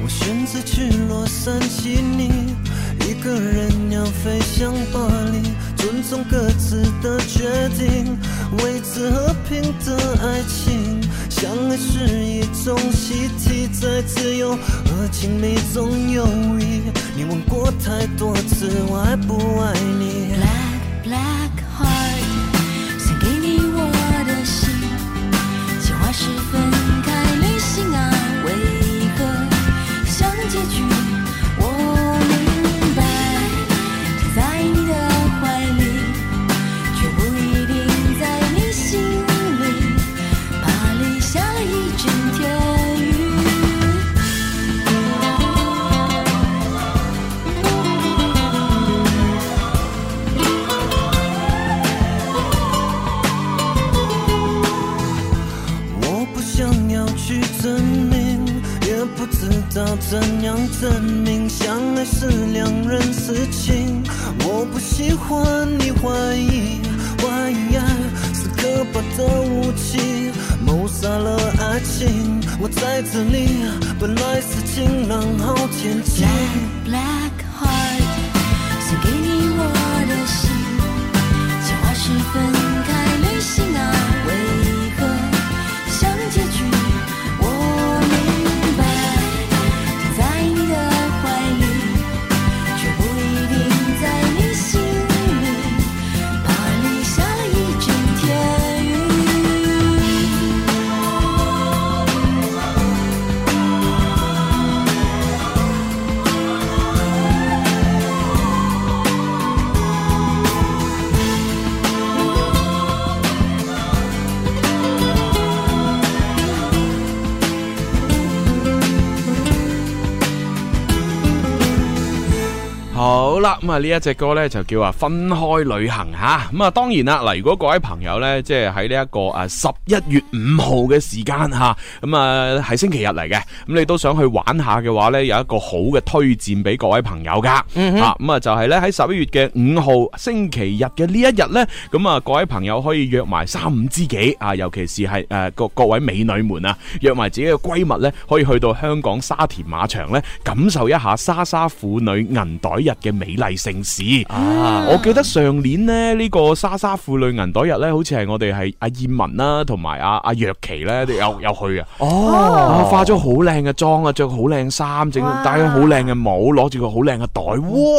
[SPEAKER 10] 我选择去洛杉矶，你一个人要飞向巴黎，尊重各自的决定，维持和平的爱情。相爱是一种习题，在自由和经历中游移。你问过太多次，我爱不爱你？
[SPEAKER 9] Black Black Heart，送给你我的心，计划是分开旅行啊，为何像结局？我明白，躺在你的怀里，却不一定在你心里。巴黎下了一整天雨。
[SPEAKER 10] 我不想要去证明，也不知道怎样证明，相爱是两人事情。我不喜欢你怀疑，怀疑爱是可怕的武器，谋杀了爱情。我在这里本来是晴朗好天气。
[SPEAKER 9] Black Heart，送给你我的心，计划是分开旅行啊，为何像结局？我明白，躺在你的怀里，却不一定在你心里。巴黎下了一整天雨。
[SPEAKER 2] 好啦，咁啊呢一隻歌咧就叫啊分開旅行吓，咁啊當然啦，嗱如果各位朋友咧，即係喺呢一個啊十一月五號嘅時間吓，咁啊係星期日嚟嘅，咁你都想去玩下嘅話咧，有一個好嘅推薦俾各位朋友噶，吓咁啊就係咧喺十一月嘅五號星期日嘅呢一日咧，咁啊各位朋友可以約埋三五知己啊，尤其是係誒各各位美女們啊，約埋自己嘅閨蜜咧，可以去到香港沙田馬場咧，感受一下莎莎婦女銀袋日嘅美麗盛事。啊！我記得上年呢，呢、個莎莎婦女銀袋日咧，好似係我哋係阿燕文啦，同埋阿阿若琪咧，有有去啊。啊！
[SPEAKER 3] 哦，
[SPEAKER 2] 化咗好靚嘅妝啊，着好靚衫，整
[SPEAKER 4] 哇
[SPEAKER 2] 戴咗好靚嘅帽，攞住個好靚嘅袋，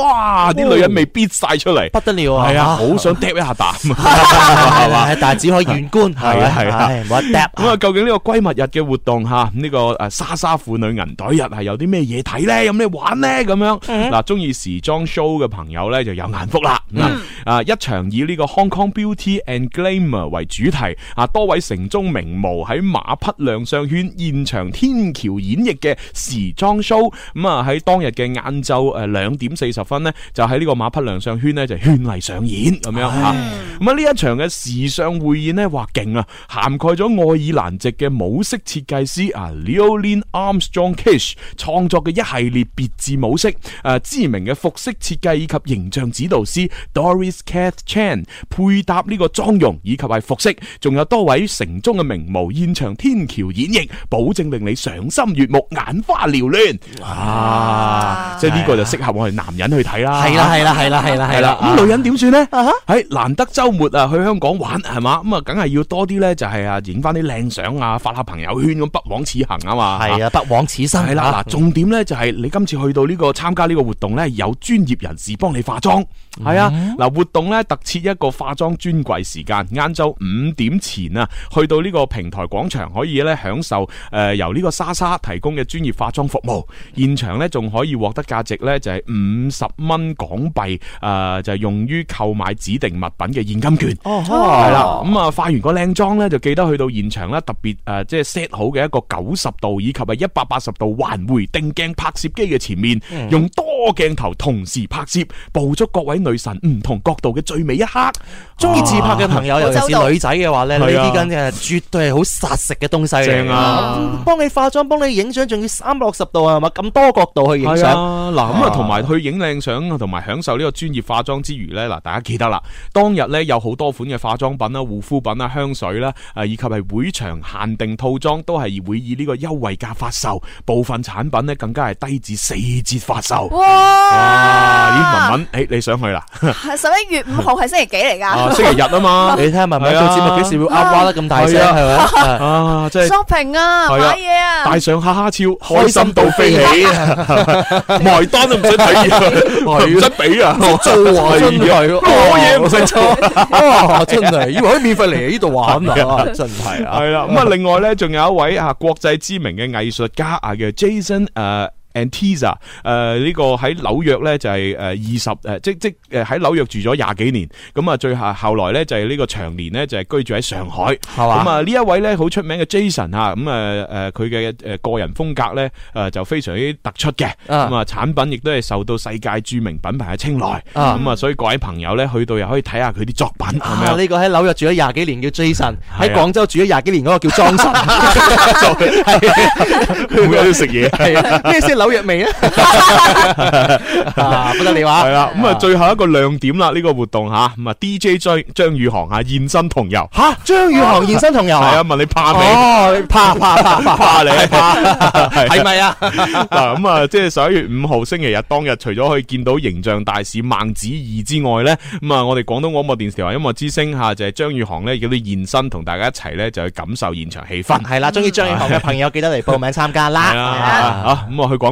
[SPEAKER 2] 哇！啲女人未必晒出嚟，
[SPEAKER 3] 不得了啊！
[SPEAKER 2] 係啊，
[SPEAKER 3] 嚇
[SPEAKER 2] 好想嗒一下 啖。
[SPEAKER 3] 係 嘛？但係只可以遠觀，係咪？
[SPEAKER 2] 係啊
[SPEAKER 3] 唉冇得嗒
[SPEAKER 2] 咁啊，究竟呢個閨蜜日嘅活動吓，呢、個啊诶莎莎婦女銀袋日係有啲咩嘢睇呢？有咩玩呢？咁樣嗱，中意時裝 show 嘅朋友呢，就有眼福啦。嗱、啊，一場以呢個 Hong Kong Beauty and Glamour 為主題，啊多位城中名模喺馬匹亮相圈現場天橋演繹嘅時裝 show，咁啊喺當日嘅晏晝誒兩點四十分呢，就喺呢個馬匹亮相圈呢，就絢麗上演咁樣嚇。咁啊呢一場嘅時尚匯演呢，哇勁啊！涵蓋咗愛爾蘭籍嘅舞式設計師啊 Leoline Armstrong Kish 創作嘅一系列別致舞式，誒、啊知名嘅服飾設計以及形象指導師 Doris Cat Chan 配搭呢個妝容以及係服飾，仲有多位城中嘅名模現場天橋演繹，保證令你賞心悅目、眼花撩亂啊！即係呢個就適合我哋男人去睇啦。
[SPEAKER 3] 係啦係啦係啦係啦
[SPEAKER 2] 系
[SPEAKER 3] 係
[SPEAKER 2] 啦，
[SPEAKER 3] 啦，啊
[SPEAKER 2] 咁女人點算呢？喺難得週末啊，去香港玩係嘛，咁啊，梗係要多啲呢，就係啊，影翻啲靚相啊，發下朋友圈咁，不枉此行啊嘛。
[SPEAKER 3] 係啊，不枉此生
[SPEAKER 2] 係啦，
[SPEAKER 3] 啊
[SPEAKER 2] 嗱，重點呢就係你今次去到呢個參加呢個活動呢，有專業人士幫你化妝。係啊，嗱，活動呢特設一個化妝專櫃時間，晏晝五點前啊，去到呢個平台廣場可以呢享受誒由呢個莎莎提供嘅專業化妝服務，現場呢仲可以獲得價值呢就係五十蚊港幣，誒就係用於購買指定物品嘅現金券。
[SPEAKER 3] 哦
[SPEAKER 2] 系啦，咁啊化完個靚妝咧，就記得去到現場啦，特別诶即係 set 好嘅一個九十度以及係一百八十度環回定鏡拍攝機嘅前面，用多鏡頭同時拍攝，捕捉各位女神唔同角度嘅最美一刻。
[SPEAKER 3] 中意自拍嘅朋友，尤其
[SPEAKER 4] 哦好周
[SPEAKER 3] 是
[SPEAKER 4] 到
[SPEAKER 3] 女仔嘅話咧，呢
[SPEAKER 2] 係啊
[SPEAKER 3] 啲跟嘅絕對係好殺食嘅東西嚟。
[SPEAKER 2] 正啊！
[SPEAKER 3] 幫你化妝，幫你影相，仲要三百六十度啊，係嘛？咁多角度去影
[SPEAKER 2] 係
[SPEAKER 3] 相，
[SPEAKER 2] 啊，嗱咁啊，同埋去影靚相，同埋享受呢個專業化妝之餘呢，嗱大家記得啦，當日呢有好多款嘅化妝品啦、啊護膚品啦、香水啦，誒以及係會場限定套裝都係會以呢個優惠價發售，部分產品呢更加係低至四折發售。哇！咦，
[SPEAKER 4] 哇！
[SPEAKER 2] 文文，誒你想去 啦？
[SPEAKER 4] 十一月五號係星期幾嚟
[SPEAKER 2] 啊，
[SPEAKER 4] 㗎
[SPEAKER 2] 星期日啊嘛
[SPEAKER 3] 你。睇下文文
[SPEAKER 2] 係
[SPEAKER 3] 做
[SPEAKER 2] 啊
[SPEAKER 3] 節目幾時會啱哇得咁大聲，
[SPEAKER 2] 係啊
[SPEAKER 3] 係咪 啊？
[SPEAKER 2] 啊，即係
[SPEAKER 4] ？shopping 啊，
[SPEAKER 2] 係啊
[SPEAKER 4] 買嘢啊
[SPEAKER 2] 帶！上哈哈超，開心到飛起， 埋單都唔使睇，唔使俾啊！
[SPEAKER 3] 做啊，真係
[SPEAKER 2] 係啊攞嘢唔使做。
[SPEAKER 3] 哦，真係，以為可以免費嚟呢度玩 啊，真係啊
[SPEAKER 2] 系！啦， 咁啊，另外咧，仲有一位啊國際知名嘅藝術家啊，叫 Jason 诶、Antiza 誒、呢、個喺紐約咧就係誒呃二十誒即即誒喺紐約住咗廿幾年，咁啊最後後來咧就係呢個長年咧就係居住喺上海，
[SPEAKER 3] 係嘛
[SPEAKER 2] 咁啊呢一位咧好出名嘅 Jason 啊，咁啊誒佢嘅誒個人風格咧誒就非常之突出嘅，
[SPEAKER 3] 啊
[SPEAKER 2] 咁啊產品亦都係受到世界著名品牌嘅青睞，
[SPEAKER 3] 啊
[SPEAKER 2] 咁啊所以各位朋友咧去到又可以睇下佢啲作品咁
[SPEAKER 3] 啊！
[SPEAKER 2] 樣。
[SPEAKER 3] 呢個喺紐約住咗廿幾年叫 Jason，喺
[SPEAKER 2] 係啊
[SPEAKER 3] 廣州住咗廿幾年嗰個叫莊 臣，
[SPEAKER 2] 每日都食嘢
[SPEAKER 3] 係啊咩先係紐約味咧？啊，不得了啊！
[SPEAKER 2] 系啦，咁啊最後一個亮點啦，呢個活動吓，咁啊 DJ 張張宇航啊現身同遊，
[SPEAKER 3] 吓，張宇航現身同遊
[SPEAKER 2] 係啊
[SPEAKER 3] 啊！
[SPEAKER 2] 問你怕未？
[SPEAKER 3] 哦，你怕怕怕怕
[SPEAKER 2] 怕你 怕
[SPEAKER 3] 係咪啊？
[SPEAKER 2] 嗱咁啊，即係十一月五號星期日當日，除咗可以見到形象大使孟子義之外咧，咁啊我哋廣東廣播電視台音樂之聲吓就係張宇航咧，叫佢現身同大家一齊咧就去感受現場氣氛，
[SPEAKER 3] 係啦，中意張宇航嘅朋友記得嚟報名參加
[SPEAKER 2] 係
[SPEAKER 3] 啦。
[SPEAKER 2] 啊，好咁啊去廣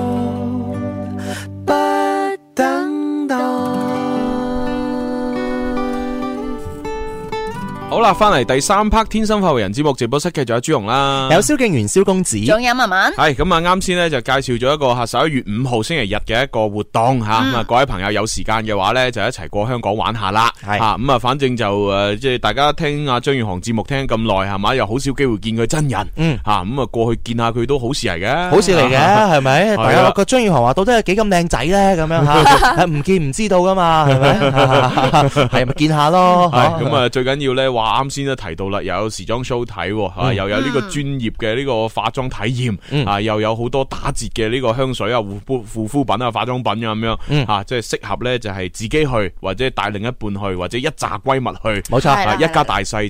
[SPEAKER 8] 不等待。
[SPEAKER 2] 好啦，翻嚟第三 part《天生發育人》節目直播室，繼續有朱紅啦，
[SPEAKER 3] 有蕭敬元、蕭公子，
[SPEAKER 4] 仲有文文，
[SPEAKER 2] 系咁啊！啱先咧就介紹咗一個吓十一月五號星期日嘅一個活動吓，
[SPEAKER 3] 嗯
[SPEAKER 2] 咁啊各位朋友有時間嘅話咧就一齊過香港玩下啦，
[SPEAKER 3] 係
[SPEAKER 2] 吓咁啊反正就诶即係大家啊聽阿張宇航節目聽咁耐係嘛，又好少機會見佢真人，
[SPEAKER 3] 嗯
[SPEAKER 2] 吓咁啊過去見下佢都好事嚟嘅，
[SPEAKER 3] 好事嚟嘅，係咪？
[SPEAKER 2] 啊
[SPEAKER 3] 大家個張宇航話到底係幾咁靚仔咧？咁樣 哦吓，唔見唔知道噶嘛，係咪？係咪見下咯？
[SPEAKER 2] 係咁啊，最緊要咧，哇！話啱先都提到啦，又有時裝 show 睇喎，啊又有呢個專業嘅呢個化妝體驗，啊又有好多打折嘅呢個香水啊、護膚護膚品啊、化妝品啊咁樣，啊即係適合咧就係自己去，或者帶另一半去，或者一紮閨蜜去，
[SPEAKER 3] 冇錯
[SPEAKER 4] 係
[SPEAKER 2] 啊
[SPEAKER 4] 啦
[SPEAKER 2] 一家大細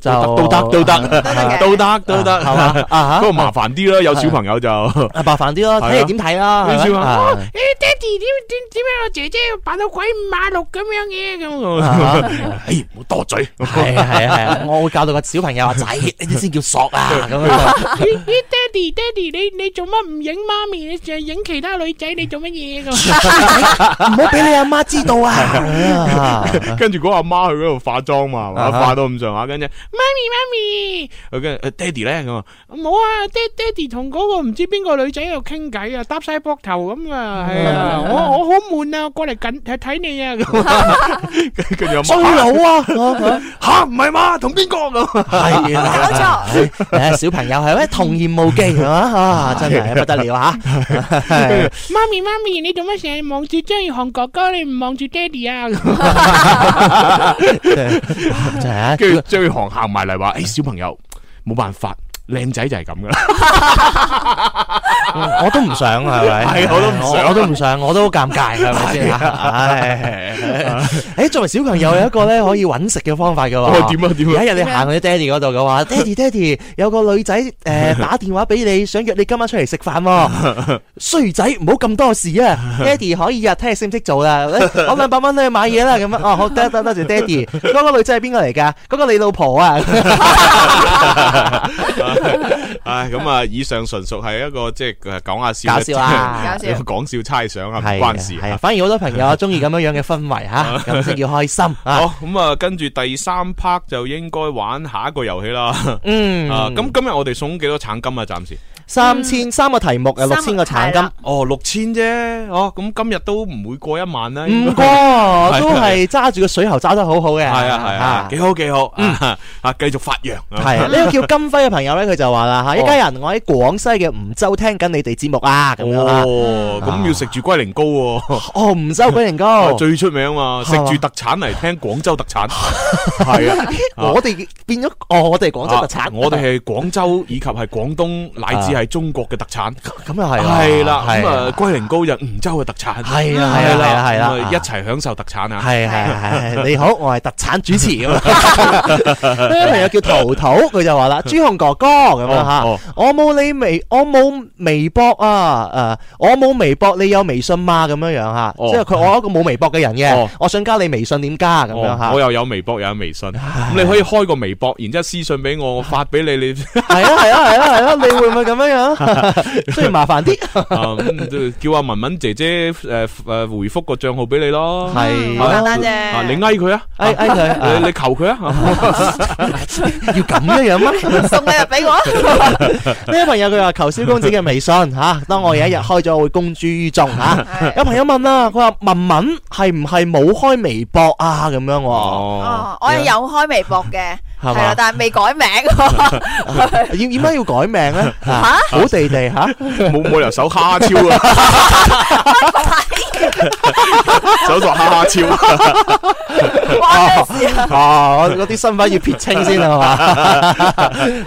[SPEAKER 3] 就
[SPEAKER 2] 都得都得 都得都得，
[SPEAKER 3] 係嘛啊嚇
[SPEAKER 2] 不過麻煩啲啦，有小朋友就。
[SPEAKER 3] 啊麻煩啲咯，
[SPEAKER 2] 係啊
[SPEAKER 3] 睇你點睇啦，
[SPEAKER 2] 你
[SPEAKER 3] 係
[SPEAKER 2] 小
[SPEAKER 3] 咪
[SPEAKER 2] 朋友
[SPEAKER 3] 啊
[SPEAKER 2] 誒，爹哋點點點解我姐姐扮到鬼五馬六咁樣嘅咁？ 哎，唔好多嘴。
[SPEAKER 3] 係啊係啊係啊，我會教到個小朋 友話仔，呢啲先叫索啊 咁樣。
[SPEAKER 11] 咦咦，爹哋爹哋，你你做乜唔影媽咪？你淨係影其他女仔，你做乜嘢咁？
[SPEAKER 3] 唔好俾你阿媽知道 啊！
[SPEAKER 2] 跟住嗰個阿媽去嗰度化妝嘛，係嘛
[SPEAKER 3] 啊哈
[SPEAKER 2] 化到咁上下，跟住
[SPEAKER 11] 媽咪媽咪，
[SPEAKER 2] 佢跟住誒爹哋咧咁啊，
[SPEAKER 11] 冇啊！爹爹哋同嗰個唔知邊個女仔喺度傾偈
[SPEAKER 2] à,
[SPEAKER 11] 啊，搭晒膊頭咁啊，係啊，我我好悶
[SPEAKER 2] à,
[SPEAKER 11] 啊，過嚟緊睇睇你啊咁啊。
[SPEAKER 2] 跟跟住阿
[SPEAKER 3] 衰
[SPEAKER 2] 媽
[SPEAKER 3] 佬 啊！
[SPEAKER 2] 吓唔係嘛，同邊個
[SPEAKER 3] à?
[SPEAKER 2] 咁？
[SPEAKER 3] 係啦，
[SPEAKER 4] 搞錯
[SPEAKER 3] 誒小朋友係咪童言無忌係嘛啊？真係不得了 啊！係
[SPEAKER 11] 媽咪媽咪，你做乜成日望住張宇航哥哥，你唔望住爹哋啊？
[SPEAKER 2] à.
[SPEAKER 11] 咁
[SPEAKER 3] 真係啊！
[SPEAKER 2] 跟住張宇航行埋嚟話：，誒哎小朋友冇辦法，靚仔就係咁噶啦。
[SPEAKER 3] 我都唔想啊係咪？
[SPEAKER 2] 係我都唔想
[SPEAKER 3] 我我都唔想，我都好尷尬係咪先啊
[SPEAKER 2] 啊
[SPEAKER 3] 哎唉，誒，作為小朋友有一個咧可以揾食嘅方法嘅
[SPEAKER 2] 哦
[SPEAKER 3] 喎。
[SPEAKER 2] 點啊點
[SPEAKER 3] 有
[SPEAKER 2] 啊
[SPEAKER 3] 一日你行去爹哋嗰度嘅 話，爹哋爹哋有個女仔誒打電話俾你，想約你今晚出嚟食飯 喎。衰仔唔好咁多事啊！爹哋可以啊，睇你識唔識做啦。 誒我兩百蚊你去買嘢啦，咁樣哦好得得多謝爹哋。嗰個女仔係邊個嚟㗎？嗰個你老婆 啊？哎
[SPEAKER 2] 唉，咁啊，以上純屬係一個即係誒講下笑，
[SPEAKER 3] 搞笑 啊！
[SPEAKER 4] 搞笑
[SPEAKER 2] 講笑猜想啊，唔
[SPEAKER 3] 係
[SPEAKER 2] 關事
[SPEAKER 3] 係啊，反而好多朋友啊中意咁樣樣嘅氛圍嚇， 咁先叫開心啊！
[SPEAKER 2] 好，咁啊，跟住第三 part 就應該玩下一個遊戲啦。
[SPEAKER 3] 嗯，
[SPEAKER 2] 啊，咁今日我哋送幾多橙金啊？暫時
[SPEAKER 3] 三千三個題目啊，六千個橙金，
[SPEAKER 2] 哦，六千啫。哦，咁今日都唔會過一萬啦。
[SPEAKER 3] 唔
[SPEAKER 2] 應
[SPEAKER 3] 過
[SPEAKER 2] 該
[SPEAKER 3] 都係揸住個水喉揸得好好嘅，
[SPEAKER 2] 啊係啊係啊，幾好幾好。啊， 啊繼續發揚。
[SPEAKER 3] 嗯 係啊呢個叫金輝嘅朋友咧，佢就話啦吓，一家人我喺廣西嘅梧州聽緊你哋節目啊，咁樣啦。
[SPEAKER 2] 哦，咁要食住龜苓膏喎。
[SPEAKER 3] 哦，梧州龜苓 膏，
[SPEAKER 2] 最出名嘛，食
[SPEAKER 3] 係嘛
[SPEAKER 2] 住特產嚟聽廣州特 產，係啊，
[SPEAKER 3] 我哋變咗，哦，我哋廣州特
[SPEAKER 2] 啊
[SPEAKER 3] 產，
[SPEAKER 2] 我哋係廣州以及係廣東乃至係中國嘅特產，
[SPEAKER 3] 咁又係啊，
[SPEAKER 2] 係啦，
[SPEAKER 3] 係
[SPEAKER 2] 咁啊，龜苓膏就梧州嘅特產，
[SPEAKER 3] 係啊係啦係啦係啦
[SPEAKER 2] 咁啊一齊享受特產啊！
[SPEAKER 3] 係係係，你好，我係特產主持咁啊。呢位朋友叫淘淘，佢就話啦：朱紅哥哥咁樣吓
[SPEAKER 2] 哦，
[SPEAKER 3] 我冇你微，我冇微博啊，誒，我冇微博，你有微信嘛？咁樣樣吓，
[SPEAKER 2] 哦
[SPEAKER 3] 即係佢我一個冇微博嘅人
[SPEAKER 2] 哦
[SPEAKER 3] 嘅，我想加你微信點加咁樣
[SPEAKER 2] 哦
[SPEAKER 3] 吓
[SPEAKER 2] 我？又有微博，又有微信，咁你可以開個微博，然之後私信俾我，我發俾你， 你
[SPEAKER 3] 係啊係啊係啊係啊，你會唔會咁樣樣？雖然麻煩啲，
[SPEAKER 2] 啊咁叫阿文文姐姐誒誒回覆個帳號俾你咯，
[SPEAKER 3] 係
[SPEAKER 4] 好簡
[SPEAKER 3] 啦，
[SPEAKER 4] 單啫。
[SPEAKER 2] 啊你嗌佢啊，
[SPEAKER 3] 哎哎
[SPEAKER 2] 啊你
[SPEAKER 3] 佢啊
[SPEAKER 2] 你求佢啊。
[SPEAKER 3] 要咁樣樣咩？
[SPEAKER 4] 送禮物俾
[SPEAKER 3] 呢
[SPEAKER 4] 我，
[SPEAKER 3] 位朋友佢話求蕭公子嘅微信吓、當我有一日開咗，我會公諸於眾吓。有朋友問啦，佢話文文係唔係冇開微博啊？咁樣喎，
[SPEAKER 2] 哦，
[SPEAKER 4] 哦，我係有開微博嘅，
[SPEAKER 3] 係
[SPEAKER 4] 係
[SPEAKER 3] 嘛
[SPEAKER 4] 啦，但係未改名。
[SPEAKER 3] 要點解要改名咧？吓，好地地吓，
[SPEAKER 2] 冇冇理由搜蝦超啊！搜索蝦 超，啊
[SPEAKER 4] 哇咩事啊
[SPEAKER 3] 哦，我嗰啲身份要撇清先係嘛？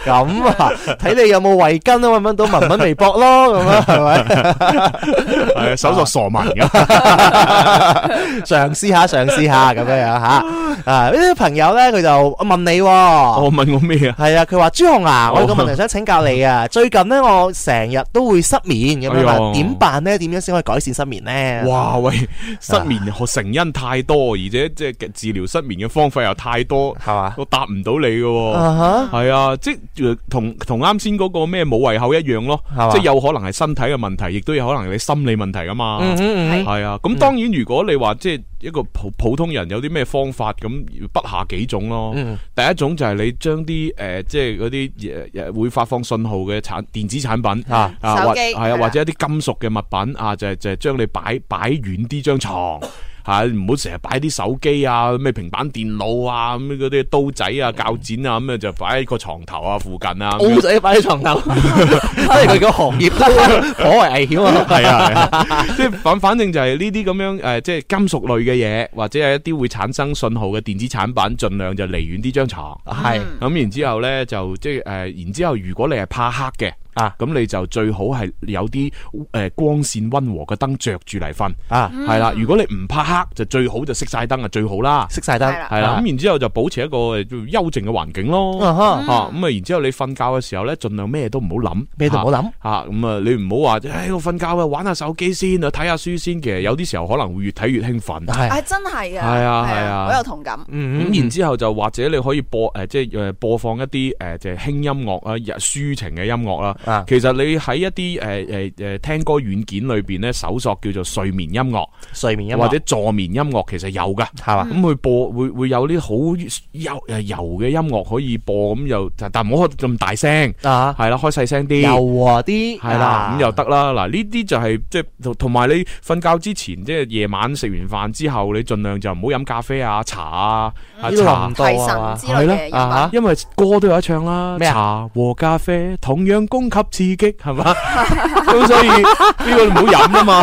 [SPEAKER 3] 咁啊，睇你有冇圍巾啊，搵唔搵到文文微博咯，咁啊，係咪？
[SPEAKER 2] 係搜索傻文噶。
[SPEAKER 3] 嘗試下，嘗試下咁樣樣吓。啊，呢啲朋友咧，佢就問你喎。
[SPEAKER 2] 我問我咩啊？
[SPEAKER 3] 係啊，佢話朱紅啊，我有個
[SPEAKER 2] 哦
[SPEAKER 3] 問題想請教你 啊。最近呢，我成日都會失眠咁樣
[SPEAKER 2] 哎
[SPEAKER 3] 啊，
[SPEAKER 2] 呦
[SPEAKER 3] 點辦呢？點樣先可以改善失眠呢？
[SPEAKER 2] 哇喂，失眠成因太多，而且即係治療失眠嘅方法又太多，
[SPEAKER 3] 係嘛？
[SPEAKER 2] 我答唔到你
[SPEAKER 3] 啊
[SPEAKER 2] 嘅。
[SPEAKER 3] 哈
[SPEAKER 2] 係啊，即係同同啱先嗰個咩冇胃口一樣咯
[SPEAKER 3] Uh-huh 係嘛，
[SPEAKER 2] 即係有可能係身體嘅問題，亦都有可能係你心理問題噶嘛。
[SPEAKER 3] 嗯嗯嗯
[SPEAKER 2] 係啊，咁當然如果你話即係一個普普通人有啲咩方法咁，不下幾種咯。
[SPEAKER 3] 嗯
[SPEAKER 2] 第一種就係你將啲誒即係嗰啲誒誒會發放信號嘅產電子產品
[SPEAKER 3] 啊
[SPEAKER 4] 手
[SPEAKER 2] 或
[SPEAKER 4] 機
[SPEAKER 2] 係
[SPEAKER 4] 係
[SPEAKER 2] 啊
[SPEAKER 4] 啊
[SPEAKER 2] 或者一啲金屬嘅物品啊，就係就係將你擺擺遠啲張床。 吓，唔好成日擺啲手機啊、咩平板電腦啊、咁嗰啲刀仔啊、鉸剪啊，咁啊就擺喺個床頭啊附近啊。咁樣
[SPEAKER 3] 澳仔擺喺床 頭，即係佢個行業 都頗為危險啊！
[SPEAKER 2] 系啊，係啊 即系反反正就係呢啲咁樣诶、誒即係金屬類嘅嘢，或者係一啲會產生信號嘅電子產品，盡量就離遠啲張床。
[SPEAKER 3] 係
[SPEAKER 2] 咁，然之后咧就即係诶、誒然之后如果你係怕黑嘅。
[SPEAKER 3] 啊，
[SPEAKER 2] 咁你就最好係有啲诶光線温和嘅燈着住嚟瞓，
[SPEAKER 3] 啊
[SPEAKER 2] 係啦。如果你唔怕黑，就最好就熄晒燈啊，最好啦。
[SPEAKER 3] 熄晒
[SPEAKER 4] 係
[SPEAKER 3] 燈
[SPEAKER 4] 啦
[SPEAKER 2] 係啦，咁然之後就保持一個呃幽靜嘅環境咯。
[SPEAKER 3] 啊哈
[SPEAKER 2] 嚇啊咁啊，然之後你瞓覺嘅時候咧，盡量咩都唔好諗，
[SPEAKER 3] 咩都唔好諗
[SPEAKER 2] 嚇咁啊，你唔好話，唉，我瞓覺啊，玩下手機先啊，睇下書先。其實有啲時候可能會越睇越興奮。
[SPEAKER 3] Uh-huh 係
[SPEAKER 4] 啊，真係啊，
[SPEAKER 2] 係啊係啊
[SPEAKER 4] 好有同感。
[SPEAKER 3] 嗯
[SPEAKER 2] 咁然之後就或者你可以播誒，即係誒播放一啲誒，即係輕音樂啊、日抒情嘅音樂啦
[SPEAKER 3] 啊。
[SPEAKER 2] 其實你喺一啲呃誒誒誒聽歌軟件裏邊咧，搜索叫做睡眠音樂
[SPEAKER 3] 睡眠音樂嗯
[SPEAKER 2] 或者助眠音樂，其實有㗎。
[SPEAKER 3] 係嘛？
[SPEAKER 2] 咁佢播會會有啲好柔誒柔嘅音樂可以播，咁又但但唔好開咁大聲，
[SPEAKER 3] 啊，
[SPEAKER 2] 係啦，開細聲
[SPEAKER 3] 柔
[SPEAKER 2] 啲。
[SPEAKER 3] 和啲
[SPEAKER 2] 係啦，
[SPEAKER 3] 啊
[SPEAKER 2] 咁又得啦。嗱，呢啲就係即係同同埋你瞓覺之前，即係夜晚食完飯之後，你盡量就唔好飲咖啡啊、茶啊、啊
[SPEAKER 3] 呢個
[SPEAKER 2] 茶
[SPEAKER 3] 淋。到
[SPEAKER 4] 提
[SPEAKER 3] 啊
[SPEAKER 4] 神
[SPEAKER 3] 嘛
[SPEAKER 4] 之類嘅
[SPEAKER 2] 係
[SPEAKER 3] 啊
[SPEAKER 4] 飲品
[SPEAKER 3] 哈。
[SPEAKER 2] 因為歌都有得唱啦，
[SPEAKER 3] 咩啊
[SPEAKER 2] 茶和咖啡同樣供給刺激，係嘛？咁所以呢個你唔好飲啊嘛。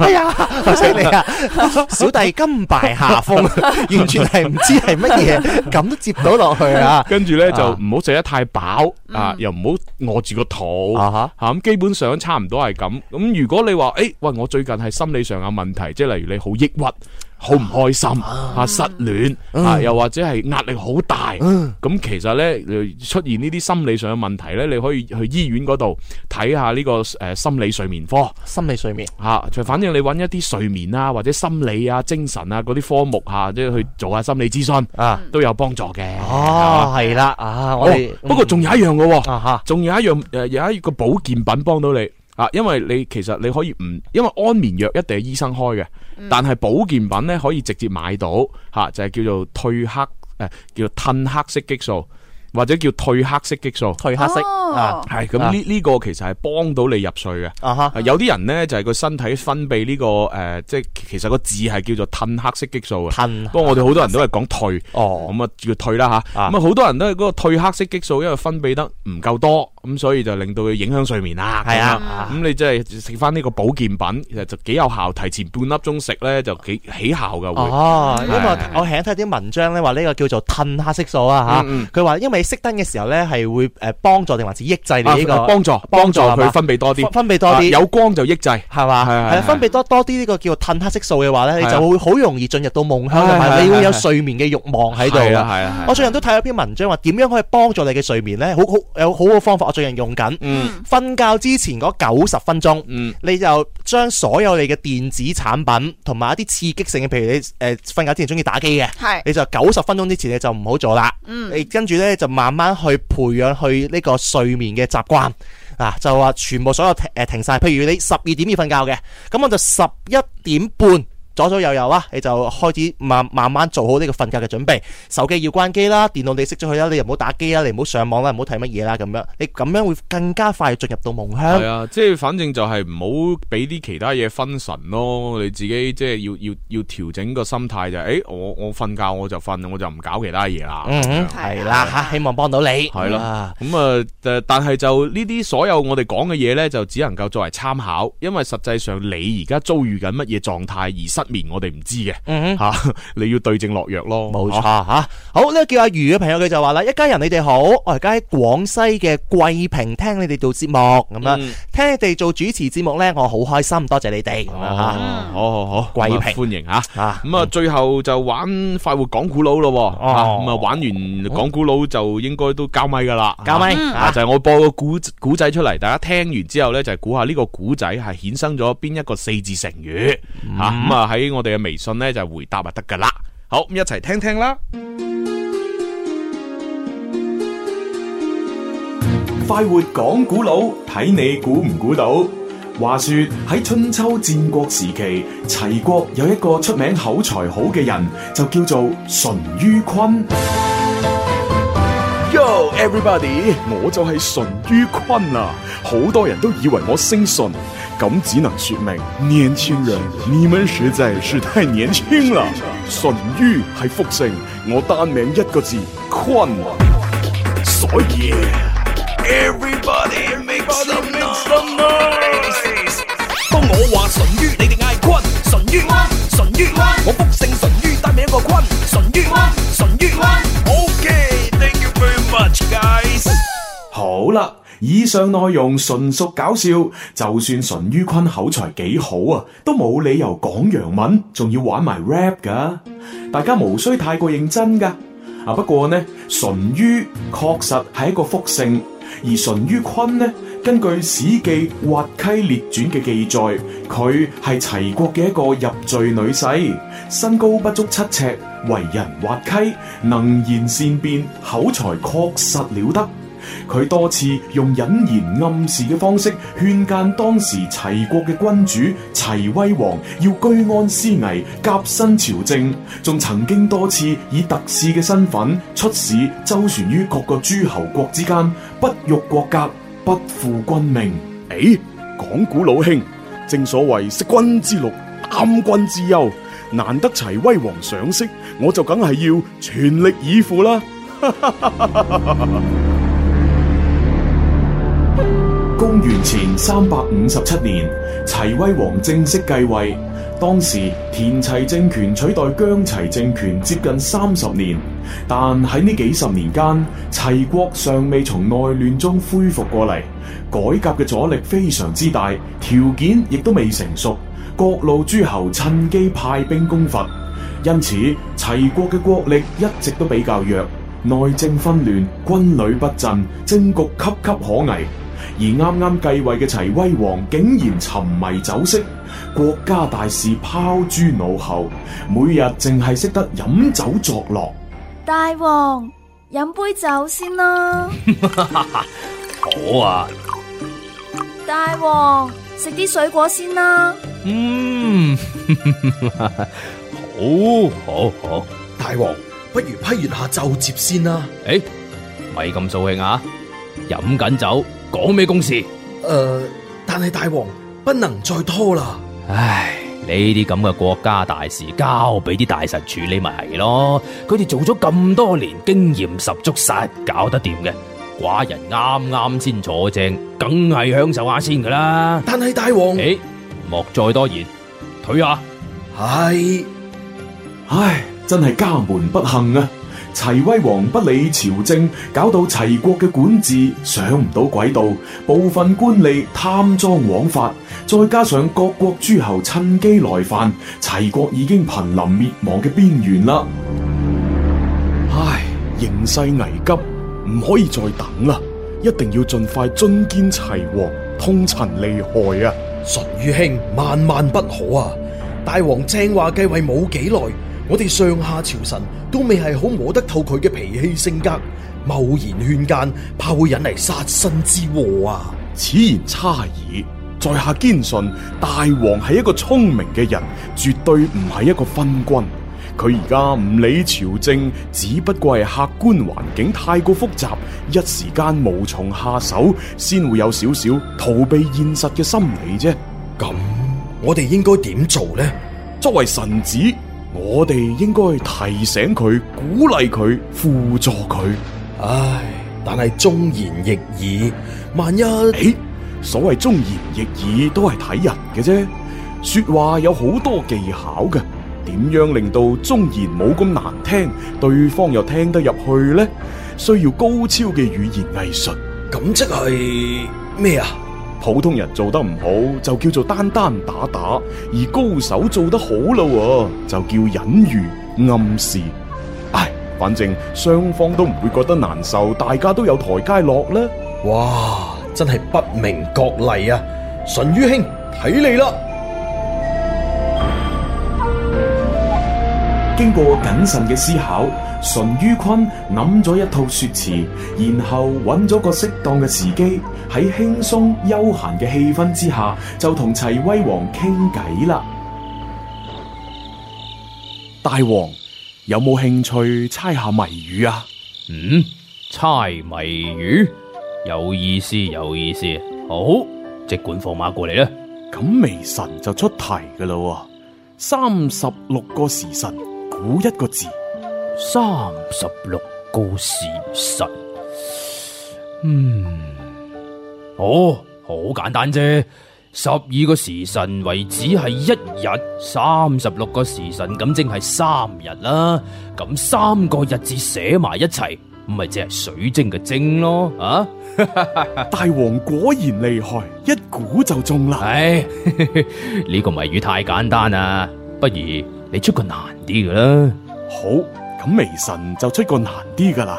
[SPEAKER 3] 哎呀，好犀利
[SPEAKER 2] à?
[SPEAKER 3] 啊！小弟甘拜下風，完全係唔知係乜嘢，咁都接到落去啊！
[SPEAKER 2] 跟住咧就
[SPEAKER 3] 啊嗯
[SPEAKER 2] 唔好食得太飽啊，又唔好餓住個肚
[SPEAKER 3] 啊哈
[SPEAKER 2] 嚇咁，基本上差唔多係咁。咁如果你話誒，喂，我最近係心理上有問題，即係例如你好抑鬱。好唔開心啊！失戀
[SPEAKER 3] 嗯
[SPEAKER 2] 啊，又或者係壓力好大，咁其實呢，你出現呢啲心理上嘅問題呢，你可以去醫院嗰度睇下呢個誒心理睡眠科
[SPEAKER 3] 心理睡眠
[SPEAKER 2] 嚇，就反正你揾一啲睡眠啊或者心理啊精神啊嗰啲科目嚇，即係去做下心理諮詢
[SPEAKER 3] 啊，
[SPEAKER 2] 都有幫助嘅。
[SPEAKER 3] 哦，係啦啊，我哋
[SPEAKER 2] 哦不過仲有一樣嘅喎，
[SPEAKER 3] 啊哈
[SPEAKER 2] 仲有一樣誒，有一個保健品幫到你啊，因為你其實你可以唔，因為安眠藥一定係醫生開嘅，但係保健品咧可以直接買到嚇、就係、叫做褪黑誒、叫做褪黑色激素，或者叫褪黑色激素。
[SPEAKER 3] 褪黑色啊
[SPEAKER 4] 哦
[SPEAKER 2] 係咁
[SPEAKER 3] 啊
[SPEAKER 2] 呢呢個其實係幫到你入睡嘅。
[SPEAKER 3] 啊哈
[SPEAKER 2] 啊有啲人咧就係個身體分泌呢、個誒，即係其實個字係叫做褪黑色激素啊。
[SPEAKER 3] 褪
[SPEAKER 2] 不過我哋好多人都係講退，
[SPEAKER 3] 哦
[SPEAKER 2] 咁啊叫退啦吓，
[SPEAKER 3] 啊
[SPEAKER 2] 咁啊好多人都係嗰個褪黑色激素，因為分泌得唔夠多，咁所以就令到佢影響睡眠啦。
[SPEAKER 3] 係啊
[SPEAKER 2] 咁樣咁你即係食翻呢個保健品，其實就幾有效，提前半粒鐘食咧就幾起效
[SPEAKER 3] À,
[SPEAKER 2] 噶會。
[SPEAKER 3] 哦，因為
[SPEAKER 2] 係係
[SPEAKER 3] 我睇睇啲文章咧話呢個叫做褪黑色素啊
[SPEAKER 2] 嗯
[SPEAKER 3] à 嚇，佢話因為熄燈嘅時候咧係會誒幫助定還是抑制你呢
[SPEAKER 2] 啊
[SPEAKER 3] 個
[SPEAKER 2] 幫助幫
[SPEAKER 3] 幫
[SPEAKER 2] 助
[SPEAKER 3] 助係嘛
[SPEAKER 2] 佢分泌多啲
[SPEAKER 3] 分，分泌多
[SPEAKER 2] 啊
[SPEAKER 3] 啲
[SPEAKER 2] 有光就抑制。係
[SPEAKER 3] 係嘛？
[SPEAKER 2] 係係
[SPEAKER 3] 係啊
[SPEAKER 2] 係
[SPEAKER 3] 分泌多多啲呢個叫做褪黑色素嘅話咧，
[SPEAKER 2] 係
[SPEAKER 3] 你
[SPEAKER 2] 啊
[SPEAKER 3] 就會好容易進入到夢鄉，
[SPEAKER 2] 係
[SPEAKER 3] 同
[SPEAKER 2] 係
[SPEAKER 3] 埋你會有
[SPEAKER 2] 係係
[SPEAKER 3] 睡眠嘅慾望喺度
[SPEAKER 2] 啊係啊係
[SPEAKER 3] 我
[SPEAKER 2] 啊。
[SPEAKER 3] 最近都睇咗篇文章，話點樣可以幫助你嘅睡眠呢？好好有好好方法，我最近用緊。
[SPEAKER 2] 嗯
[SPEAKER 3] 瞓覺之前嗰九十分鐘，
[SPEAKER 2] 嗯
[SPEAKER 3] 你就將所有你嘅電子產品同埋一啲刺激性嘅，譬如你誒瞓覺之前中意打機嘅，
[SPEAKER 4] 係
[SPEAKER 3] 你就九十分鐘之前你就唔好做啦。你跟住呢，就慢慢去培養去呢個睡眠嘅習慣。啊，就話全部所有停誒停曬，譬如你十二點要瞓覺嘅，咁我就十一點半。左左右右啊，你就開始慢慢慢做好呢個瞓覺嘅準備。手機要關機啦，電腦你熄咗佢啦，你又唔好打機啦，你唔好上網啦，唔好睇乜嘢啦，咁樣你咁樣會更加快進入到夢
[SPEAKER 2] 係
[SPEAKER 3] 鄉。
[SPEAKER 2] 啊，即係反正就係唔好俾啲其他嘢分神咯，你自己即係要要要調整個心態就係，誒我我瞓覺我就瞓，我就唔搞其他嘢啦。
[SPEAKER 3] 嗯
[SPEAKER 2] 咁樣
[SPEAKER 3] 哼，係啦嚇，希望幫到你。
[SPEAKER 2] 係咯
[SPEAKER 3] 啊，
[SPEAKER 2] 咁啊，誒但係就呢啲所有我哋講嘅嘢呢，就只能夠作為參考，因為實際上你而家遭遇緊乜嘢狀態而失眠，我哋唔知嘅
[SPEAKER 3] 嗯哼。
[SPEAKER 2] 吓、 你要對症落藥咯。
[SPEAKER 3] 冇錯吓，好呢個叫阿余嘅朋友佢就話啦，一家人你哋好，我而家喺廣西嘅桂平聽你哋做節目咁樣，
[SPEAKER 2] 嗯
[SPEAKER 3] 聽你哋做主持節目呢，我好開心，多謝你哋 咁樣吓。
[SPEAKER 2] 哦，好好好，
[SPEAKER 3] 嗯 貴
[SPEAKER 2] 咁啊
[SPEAKER 3] 平
[SPEAKER 2] 歡迎吓。
[SPEAKER 3] 啊
[SPEAKER 2] 咁啊，最後就玩快活講古佬咯喎，
[SPEAKER 3] 哦
[SPEAKER 2] 啊咁啊玩完講古佬就應該都交咪噶啦，
[SPEAKER 3] 交咪
[SPEAKER 2] 啊
[SPEAKER 3] 啊
[SPEAKER 2] 啊就係我播個古古仔出嚟，大家聽完之後呢，就係估下呢個古仔係衍生咗邊一個四字成語吓，啊咁啊喺我哋嘅微信呢，就回答啊就得噶啦。好，咁一齊聽聽啦。
[SPEAKER 8] 快活講古佬，睇你估唔估到？話說喺春秋戰國時期，齊國有一個出名口才好嘅人，就叫做淳於髡。Yo
[SPEAKER 12] everybody，我就係淳于坤啊！好多人都以為我姓淳，咁只能說明年輕人，你們實在是太年輕啦！淳于係複姓，我單名一個字坤，所以
[SPEAKER 13] Everybody make some noise。當我話淳於，你哋嗌坤，淳於安，淳於安，我福姓淳於，單名一個坤，淳於安，淳於安。OK，thank you very much guys。
[SPEAKER 2] 好啦，以上內容純屬搞笑，就算淳于坤口才幾好啊，都冇理由講洋文，仲要玩埋 rap 噶。大家無需太過認真噶。啊，不過呢，淳于確實係一個福姓，而淳于髡呢，根據《史記·滑稽列傳》嘅記載，佢係齊國嘅一個入贅女婿，身高不足七尺，為人滑稽，能言善辯，口才確實了得。佢多次用隱言暗示嘅方式勸諫當時齊國嘅君主齊威王要居安思危、革新朝政，仲曾經多次以特使嘅身份出使周旋於各個諸侯國之間，不辱國格，不負君命。
[SPEAKER 12] 誒，講古老兄，正所謂食君之祿，擔君之憂，難得齊威王賞識，我就梗係要全力以赴啦！
[SPEAKER 2] 公元前三百五十七年，齊威王正式繼位。當時田齊政權取代姜齊政權接近三十年，但喺呢幾十年間，齊國尚未從內亂中恢復過嚟，改革嘅阻力非常之大，條件亦都未成熟。各路諸侯趁機派兵攻伐，因此齊國嘅國力一直都比較弱，內政紛亂，軍旅不振，政局岌岌可危。而啱啱繼位嘅齊威王竟然沉迷酒色，國家大事拋諸腦後，每日淨係識得飲酒作樂。
[SPEAKER 4] 大王，飲杯酒先啦。
[SPEAKER 3] 好啊，
[SPEAKER 4] 大王，食啲水果先啦。
[SPEAKER 3] 嗯，好，好，好。
[SPEAKER 8] 大王，不如批完下奏摺先啦。
[SPEAKER 3] 誒，咪咁掃興啊！飲緊酒，講咩公事？
[SPEAKER 8] 誒、但係大王不能再拖啦。
[SPEAKER 3] 唉，呢啲咁嘅國家大事交俾啲大臣處理咪係咯，佢哋做咗咁多年，經驗十足，實搞得掂嘅。寡人啱啱先坐正，梗係享受下先噶啦。
[SPEAKER 8] 但係大王，
[SPEAKER 3] 誒，莫再多言，退下。
[SPEAKER 8] 係，
[SPEAKER 2] 唉，真係家門不幸啊！齊威王不理朝政，搞到齊國嘅管治上唔到軌道，部分官吏貪贓枉法，再加上各國諸侯趁機來犯，齊國已經瀕臨滅亡嘅邊緣啦。
[SPEAKER 12] 唉，形勢危急，唔可以再等啦，一定要盡快覲見齊王，通陳利害啊！
[SPEAKER 8] 淳于兄，萬萬不可啊！大王正話繼位冇幾耐，我哋上下朝臣都未係好摸得透佢嘅脾氣性格，貿然勸諫，怕會引嚟殺身之禍啊！
[SPEAKER 12] 此言差矣，在下堅信大王係一個聰明嘅人，絕對唔係一個昏君。佢而家唔理朝政，只不過係客觀環境太過複雜，一時間無從下手，先會有少少逃避現實嘅心理啫。
[SPEAKER 8] 咁我哋應該點做呢？
[SPEAKER 12] 作為臣子，我哋應該提醒佢、鼓勵佢、輔助佢。
[SPEAKER 8] 唉，但係忠言逆耳，萬一
[SPEAKER 12] 誒，所謂忠言逆耳都係睇人嘅啫。說話有好多技巧嘅，點樣令到忠言冇咁難聽，對方又聽得入去呢？需要高超嘅語言藝術。
[SPEAKER 8] 咁即係咩啊？
[SPEAKER 12] 普通人做得唔好就叫做單單打打，而高手做得好咯，就叫隱喻暗示。唉，反正雙方都唔會覺得難受，大家都有台階落啦。
[SPEAKER 8] 哇，真係不明覺厲啊！淳于兄，睇你啦！
[SPEAKER 2] 經過謹慎嘅思考，淳于髡諗咗一套說辭，然後揾咗個適當嘅時機，喺輕鬆休閒嘅氣氛之下，就同齊威王傾偈啦。
[SPEAKER 12] 大王有冇興趣猜下謎語啊？
[SPEAKER 3] 嗯，
[SPEAKER 14] 猜謎語，有意思，有意思。好，即管放馬過嚟啦。
[SPEAKER 2] 咁微神就出題噶啦，三十六個時辰，估一個字。
[SPEAKER 14] 三十六個時辰，嗯，哦，好簡單啫。十二個時辰為止係一日，三十六個時辰咁正係三日啦。咁三個日字寫埋一齊，咪即係水晶嘅晶咯，啊！
[SPEAKER 2] 大王果然厲害，一估就中啦。
[SPEAKER 14] 唉， 呢個謎語太簡單啦，不如你出個難啲嘅啦。
[SPEAKER 2] 好，咁微神就出個難啲噶啦。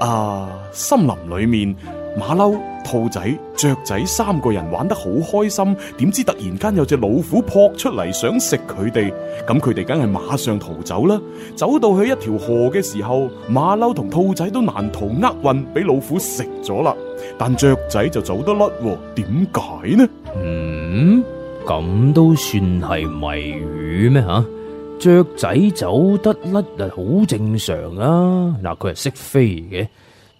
[SPEAKER 2] 啊，森林裏面馬騮、兔仔、雀仔三個人玩得好開心，點知突然間有隻老虎撲出嚟想食佢哋，咁佢哋梗係馬上逃走啦。走到去一條河嘅時候，馬騮同兔仔都難逃厄運，俾老虎食咗啦。但雀仔就走得甩喎，點解呢？
[SPEAKER 14] 嗯，咁都算係謎語咩吓？雀仔走得甩啊，好正常啊！嗱，佢係識飛嘅，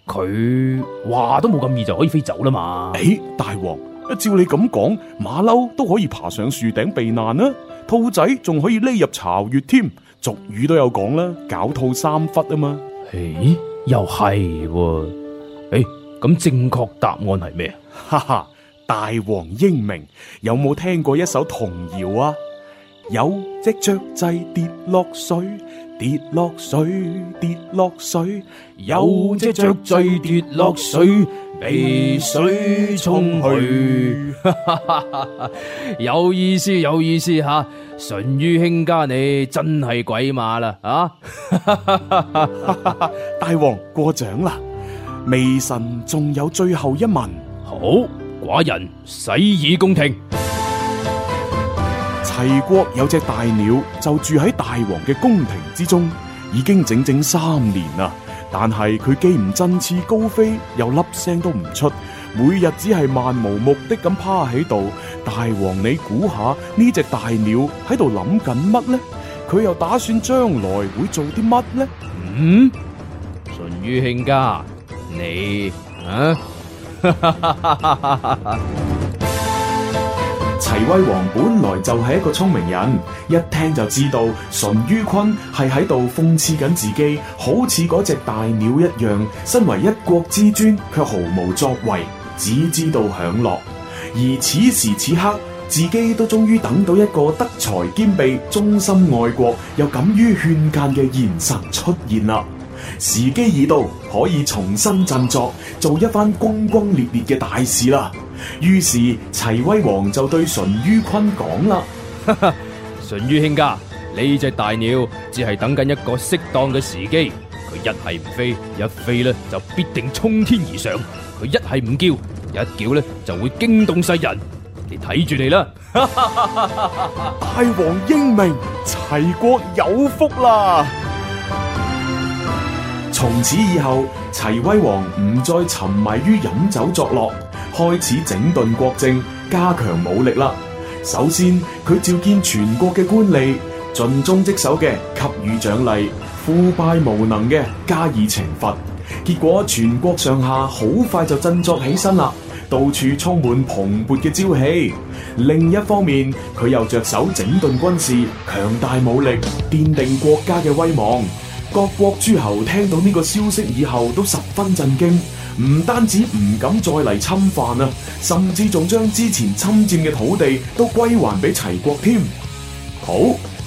[SPEAKER 14] 佢話都冇咁易就可以飛走啦嘛。
[SPEAKER 2] 誒，哎大王，照你咁講，馬騮都可以爬上樹頂避難啦，兔仔仲可以匿入巢穴添。俗語都有講啦，狡兔三窟啊嘛。
[SPEAKER 14] 誒，又係喎。誒，咁正確答案係咩？
[SPEAKER 2] 哈哈，大王英明，有冇聽過一首童謠啊？有隻雀仔跌落水，跌落水，跌落水，有隻雀仔跌落水，
[SPEAKER 14] 被水沖去， 有意思，有意思吓！淳于卿家你真係鬼馬啦啊！
[SPEAKER 2] 大王過獎啦，微臣仲有最後一問。
[SPEAKER 14] 好，寡人洗耳恭聽。
[SPEAKER 2] 齊國有隻大鳥就住喺大王嘅宮廷之中，已經整整三年啦。但係佢既唔振翅高飛，又粒聲都唔出，每日只係漫無目的咁趴喺度。大王，你估下呢隻大鳥喺度諗緊乜呢？佢又打算將來會做啲乜呢？
[SPEAKER 14] 嗯，淳于卿家，你啊，
[SPEAKER 15] 齊威王本來就係一個聰明人，一聽就知道淳于髡係喺度諷刺緊自己，好似嗰隻大鳥一樣，身為一國之尊，卻毫無作為，只知道享樂。而此時此刻，自己都終於等到一個德才兼備、忠心愛國又敢於勸諫嘅賢臣出現啦。時機已到，可以重新振作，做一番轟轟烈烈嘅大事啦。於是齊威王就對淳于髡講啦：
[SPEAKER 14] 淳于卿家，呢隻大鳥只係等緊一個適當嘅時機，佢一係唔飛，一飛咧就必定衝天而上；佢一係唔叫，一叫咧就會驚動世人。你睇住你啦！
[SPEAKER 2] 大王英明，齊國有福啦！
[SPEAKER 15] 從此以後，齊威王唔再沉迷於飲酒作樂，開始整頓國政，加強武力啦。首先，佢召見全國嘅官吏，盡忠職守嘅給予獎勵，腐敗無能嘅加以懲罰。結果全國上下好快就振作起身啦，到處充滿蓬勃嘅朝氣。另一方面，佢又着手整頓軍事，強大武力，奠定國家嘅威望。各國諸侯聽到呢個消息以後都十分震驚，唔單止唔敢再嚟侵犯啊，甚至仲將之前侵佔嘅土地都歸還俾齊國添。好，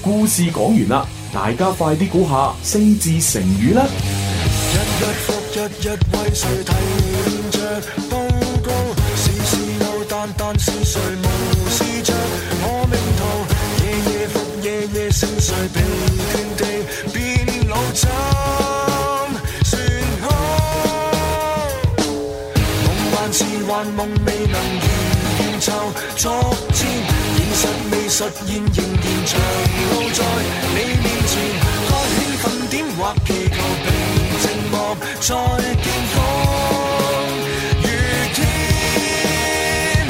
[SPEAKER 15] 故事講完啦，大家快啲估下四字成語啦！
[SPEAKER 8] 日日復日日為誰提煉着刀光？事事有但但是誰無視着我命途？夜夜復夜夜勝誰疲倦地變老針算好？夢幻是幻夢未能如願就作戰，現實未實現仍然長路在你面前，該興奮點或祈求平。靜默再見風雨天。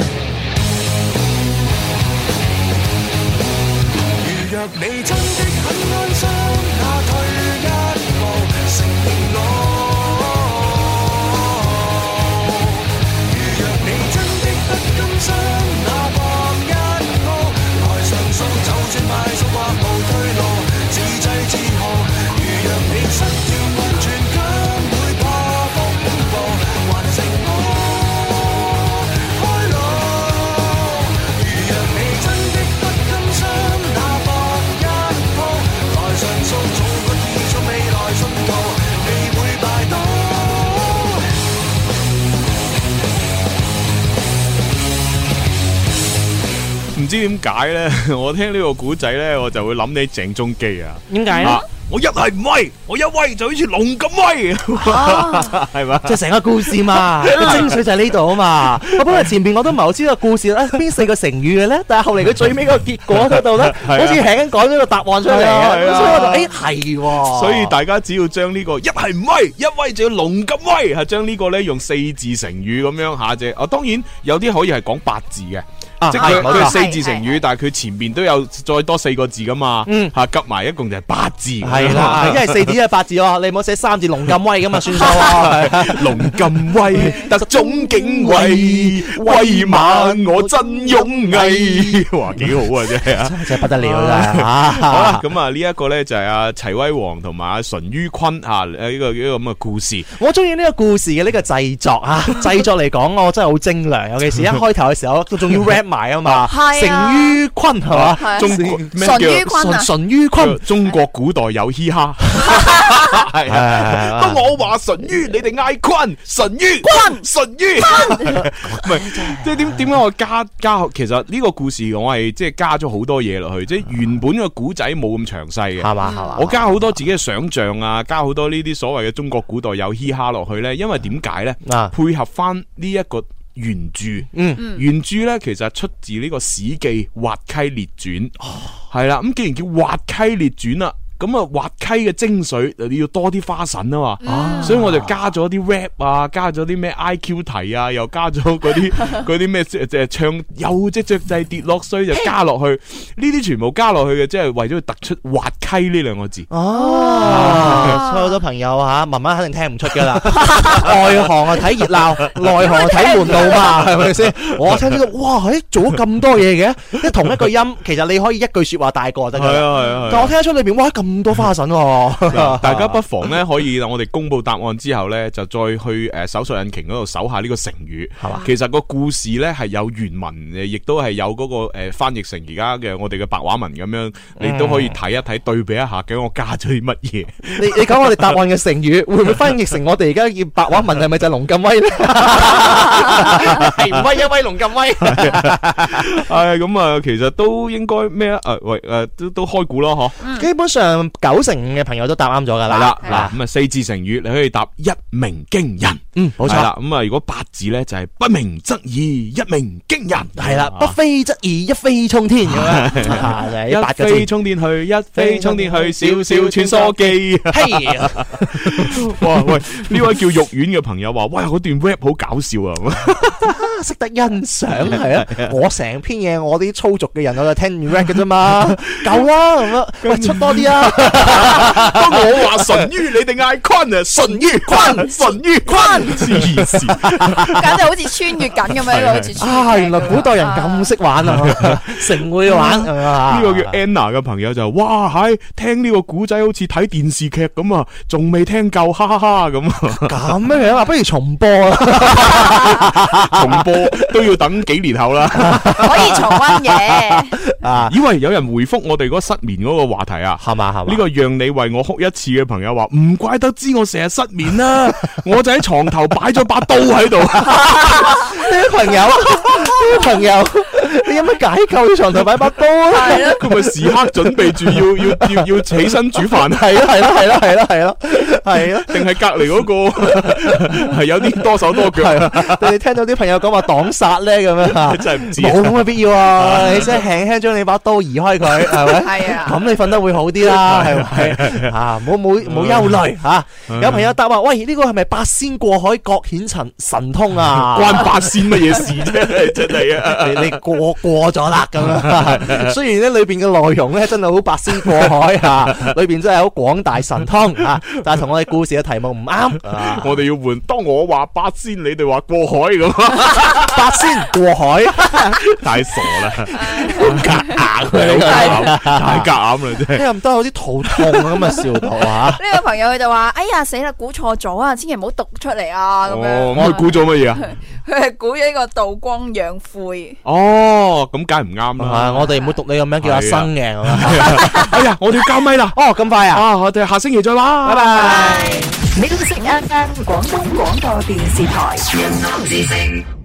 [SPEAKER 8] 如若你真的很安心，那退一步，承認我。
[SPEAKER 2] 唔知點解咧，我聽呢 個古仔咧，我就會諗起鄭中基啊。
[SPEAKER 3] 點解呢
[SPEAKER 2] 啊我一係唔威，我一威就好似龍咁威，係咪？
[SPEAKER 3] 即係成個故事嘛， 個精髓就係呢度啊嘛。我本來前面我都唔係好知道故事咧，邊四個成語嘅咧，但係後嚟佢最尾個結果嗰度咧，
[SPEAKER 2] 係
[SPEAKER 3] 好
[SPEAKER 2] 啊
[SPEAKER 3] 似輕輕講咗個答案出嚟
[SPEAKER 2] 係啊
[SPEAKER 3] 啊，
[SPEAKER 2] 係啊
[SPEAKER 3] 所以我就誒係喎。
[SPEAKER 2] 所以大家只要將呢個一係唔威，一威就要龍咁威，係將呢個咧用四字成語咁樣下啫。啊，當然有啲可以係講八字嘅。
[SPEAKER 3] 啊
[SPEAKER 2] 即係佢
[SPEAKER 3] 係冇
[SPEAKER 2] 佢
[SPEAKER 3] 錯
[SPEAKER 2] 四字成語，但係佢前邊都有再多四個字噶嘛，吓夾埋一共就係八字。
[SPEAKER 3] 係
[SPEAKER 2] 啊
[SPEAKER 3] 啦，因為四字係八字哦喎，你唔好寫三字龍咁威咁嘛，算數啊喎。
[SPEAKER 2] 龍 咁 威，得總警威，威猛我真勇毅。哇，幾好啊，真係啊，
[SPEAKER 3] 真係不得了啦
[SPEAKER 2] 好啦，咁啊呢一個咧就係阿齊威王同埋阿淳于髡吓誒呢個呢個咁嘅故事。
[SPEAKER 3] 我中意呢個故事嘅呢個製作 啊，製作嚟講我真係好精良，尤其是一開頭嘅時候，仲要 rap 埋啊嘛，
[SPEAKER 4] 係啊
[SPEAKER 3] 成於坤係
[SPEAKER 4] 係
[SPEAKER 3] 嘛，
[SPEAKER 4] 啊中國咩叫淳於髡啊
[SPEAKER 3] 淳於髡，
[SPEAKER 2] 中國古代有嘻哈， 係啊不我話淳於，你哋嗌坤，淳於坤，淳於 唔係，即係點點解我加加？其實呢個故事我係即係加咗好多嘢落去，即係原本嘅古仔冇咁詳細嘅，係
[SPEAKER 3] 嘛係嘛啊
[SPEAKER 2] 我加好多自己嘅想像啊，加好多呢啲所謂嘅中國古代有嘻哈落去咧，因為點解咧？配合翻呢一個。原著，
[SPEAKER 3] 嗯
[SPEAKER 2] 原著咧其實出自呢個《史記·滑稽列傳》，係啦。咁既然叫滑稽列傳啦，咁啊滑稽嘅精髓你要多啲花神啊嘛，所以我就加咗啲 rap 啊，加咗啲咩 IQ 題啊，又加咗嗰啲嗰啲咩即係即係唱有隻雀仔跌落水就加落去，呢啲全部加落去嘅，即係為咗突出滑稽呢兩個字。
[SPEAKER 3] 哦，所以好多朋友吓，文文肯定聽唔出噶 啦。外行啊睇熱鬧，內行啊睇門路嘛，係咪 先？我聽呢個，哇，誒做咗咁多嘢嘅，即係同一個音，其實你可以一句説話帶過就得㗎啦。
[SPEAKER 2] 係啊啊係啊係啊
[SPEAKER 3] 但我聽得出裏邊，哇，咁多花神 喎。
[SPEAKER 2] 大家不妨咧可以，我哋公布答案之後咧，就再去誒搜索引擎嗰度搜下呢個成語。係嘛？其實個故事咧係有原文誒，亦都係有嗰個誒翻譯成而家嘅我哋嘅白話文咁樣，
[SPEAKER 3] 嗯
[SPEAKER 2] 你都可以睇一睇對比一下，究竟我加咗啲乜嘢？
[SPEAKER 3] 你你講我哋答案嘅成語，會唔會翻譯成我哋而家嘅白話文係咪就係龍咁威咧？係唔威一威龍咁威。
[SPEAKER 2] 係咁啊，其實都應該咩啊？誒喂誒，都都開估咯，嗬。
[SPEAKER 3] 基本上九成嘅朋友都答啱咗㗎
[SPEAKER 2] 係
[SPEAKER 3] 啦
[SPEAKER 2] 啦，。嗱咁啊四字成語你可以答一鳴驚人，
[SPEAKER 3] 嗯，冇錯
[SPEAKER 2] 啦，咁啊如果八字咧就係不鳴則已，一鳴驚人，
[SPEAKER 3] 係啦，不飛則已，一飛衝天 咁樣，啊就係呢八
[SPEAKER 2] 一
[SPEAKER 3] 個字
[SPEAKER 2] 飛衝天去，一飛衝天去，少少穿梭機。
[SPEAKER 3] 嘿
[SPEAKER 2] 哇喂，呢位叫肉丸嘅朋友話：，喂，嗰段 rap 好搞笑啊！
[SPEAKER 3] 啊識得欣賞 係啊！我成篇嘢我啲粗俗嘅人我就聽完 rap 嘅啫 嘛，夠啦咁樣，喂出多啲啊！
[SPEAKER 2] 不 我話淳於，你哋嗌坤啊，淳於 坤，淳於坤，黐 線。
[SPEAKER 4] 簡直好似穿越緊咁樣，呢個好似穿
[SPEAKER 3] 啊，原來古代人咁識玩 啊，成會玩係嘛
[SPEAKER 2] 呢個叫 Anna 嘅朋友就話哇，喺聽呢個古仔好似睇電視劇咁啊，仲未聽夠，哈哈哈咁啊！
[SPEAKER 3] 咁樣樣啊，不如重播啊！
[SPEAKER 2] 啊 重播都要等幾年後啦，
[SPEAKER 4] 可以重温嘅。
[SPEAKER 3] 啊！
[SPEAKER 2] 以為有人回覆我哋嗰失眠嗰個話題啊，
[SPEAKER 3] 係嘛係
[SPEAKER 2] 嘛？呢個讓你為我哭一次嘅朋友話，唔怪得知我成日失眠啦， 我就喺床頭擺咗把刀喺度。
[SPEAKER 3] 呢位朋友，呢位朋友，你有乜解救你床頭擺把刀啊？
[SPEAKER 2] 係咯，佢咪時刻準備住要要要要起身煮飯，啊
[SPEAKER 3] 係咯係咯係咯係咯係咯係咯。
[SPEAKER 2] 定係隔離嗰個 係有啲多手多腳。
[SPEAKER 3] 係啊！你哋聽到啲朋友講話擋殺咧咁樣啊，
[SPEAKER 2] 真係唔知
[SPEAKER 3] 冇咁嘅必要啊！
[SPEAKER 2] 啊
[SPEAKER 3] 你真係輕輕將你把刀移開佢，係咪？
[SPEAKER 4] 係啊
[SPEAKER 3] 咁你瞓得會好啲啦，係 咪？啊，冇冇
[SPEAKER 2] 嗯
[SPEAKER 3] 冇憂慮嚇。有朋友答話：，喂，呢個係咪八仙過海各顯神神通啊？
[SPEAKER 2] 關八仙乜嘢事啫？真係啊！
[SPEAKER 3] 你你過過咗啦咁 樣。雖然咧裏邊嘅內容咧真係好八仙過海啊，裏邊真係好廣大神通啊，但係同我哋故事嘅題目唔啱。
[SPEAKER 2] 我哋要換，當我話八仙，你哋話過海咁，啊
[SPEAKER 3] 八仙過 海，
[SPEAKER 2] 太傻 啦，好夾硬啊，太夾硬啦，真係。
[SPEAKER 3] 哎聽唔得有啲肚痛啊咁啊笑到 啊！
[SPEAKER 4] 呢個朋友佢就話：哎呀死啦，估錯咗啊！千祈唔好讀出嚟啊！咁
[SPEAKER 2] 哦，
[SPEAKER 4] 樣
[SPEAKER 2] 咁佢估咗乜嘢啊？
[SPEAKER 4] 佢係估咗呢個道光養晦。
[SPEAKER 2] 哦，咁梗係唔啱啦。
[SPEAKER 3] 啊我哋唔會讀你個名叫
[SPEAKER 2] 啊
[SPEAKER 3] 阿生嘅。
[SPEAKER 2] 哎呀，我哋要交咪啦。
[SPEAKER 3] 哦，咁快啊！
[SPEAKER 2] 啊，我哋下星期再玩。拜
[SPEAKER 3] 拜。
[SPEAKER 16] 你都識 FM 廣東廣播電視台。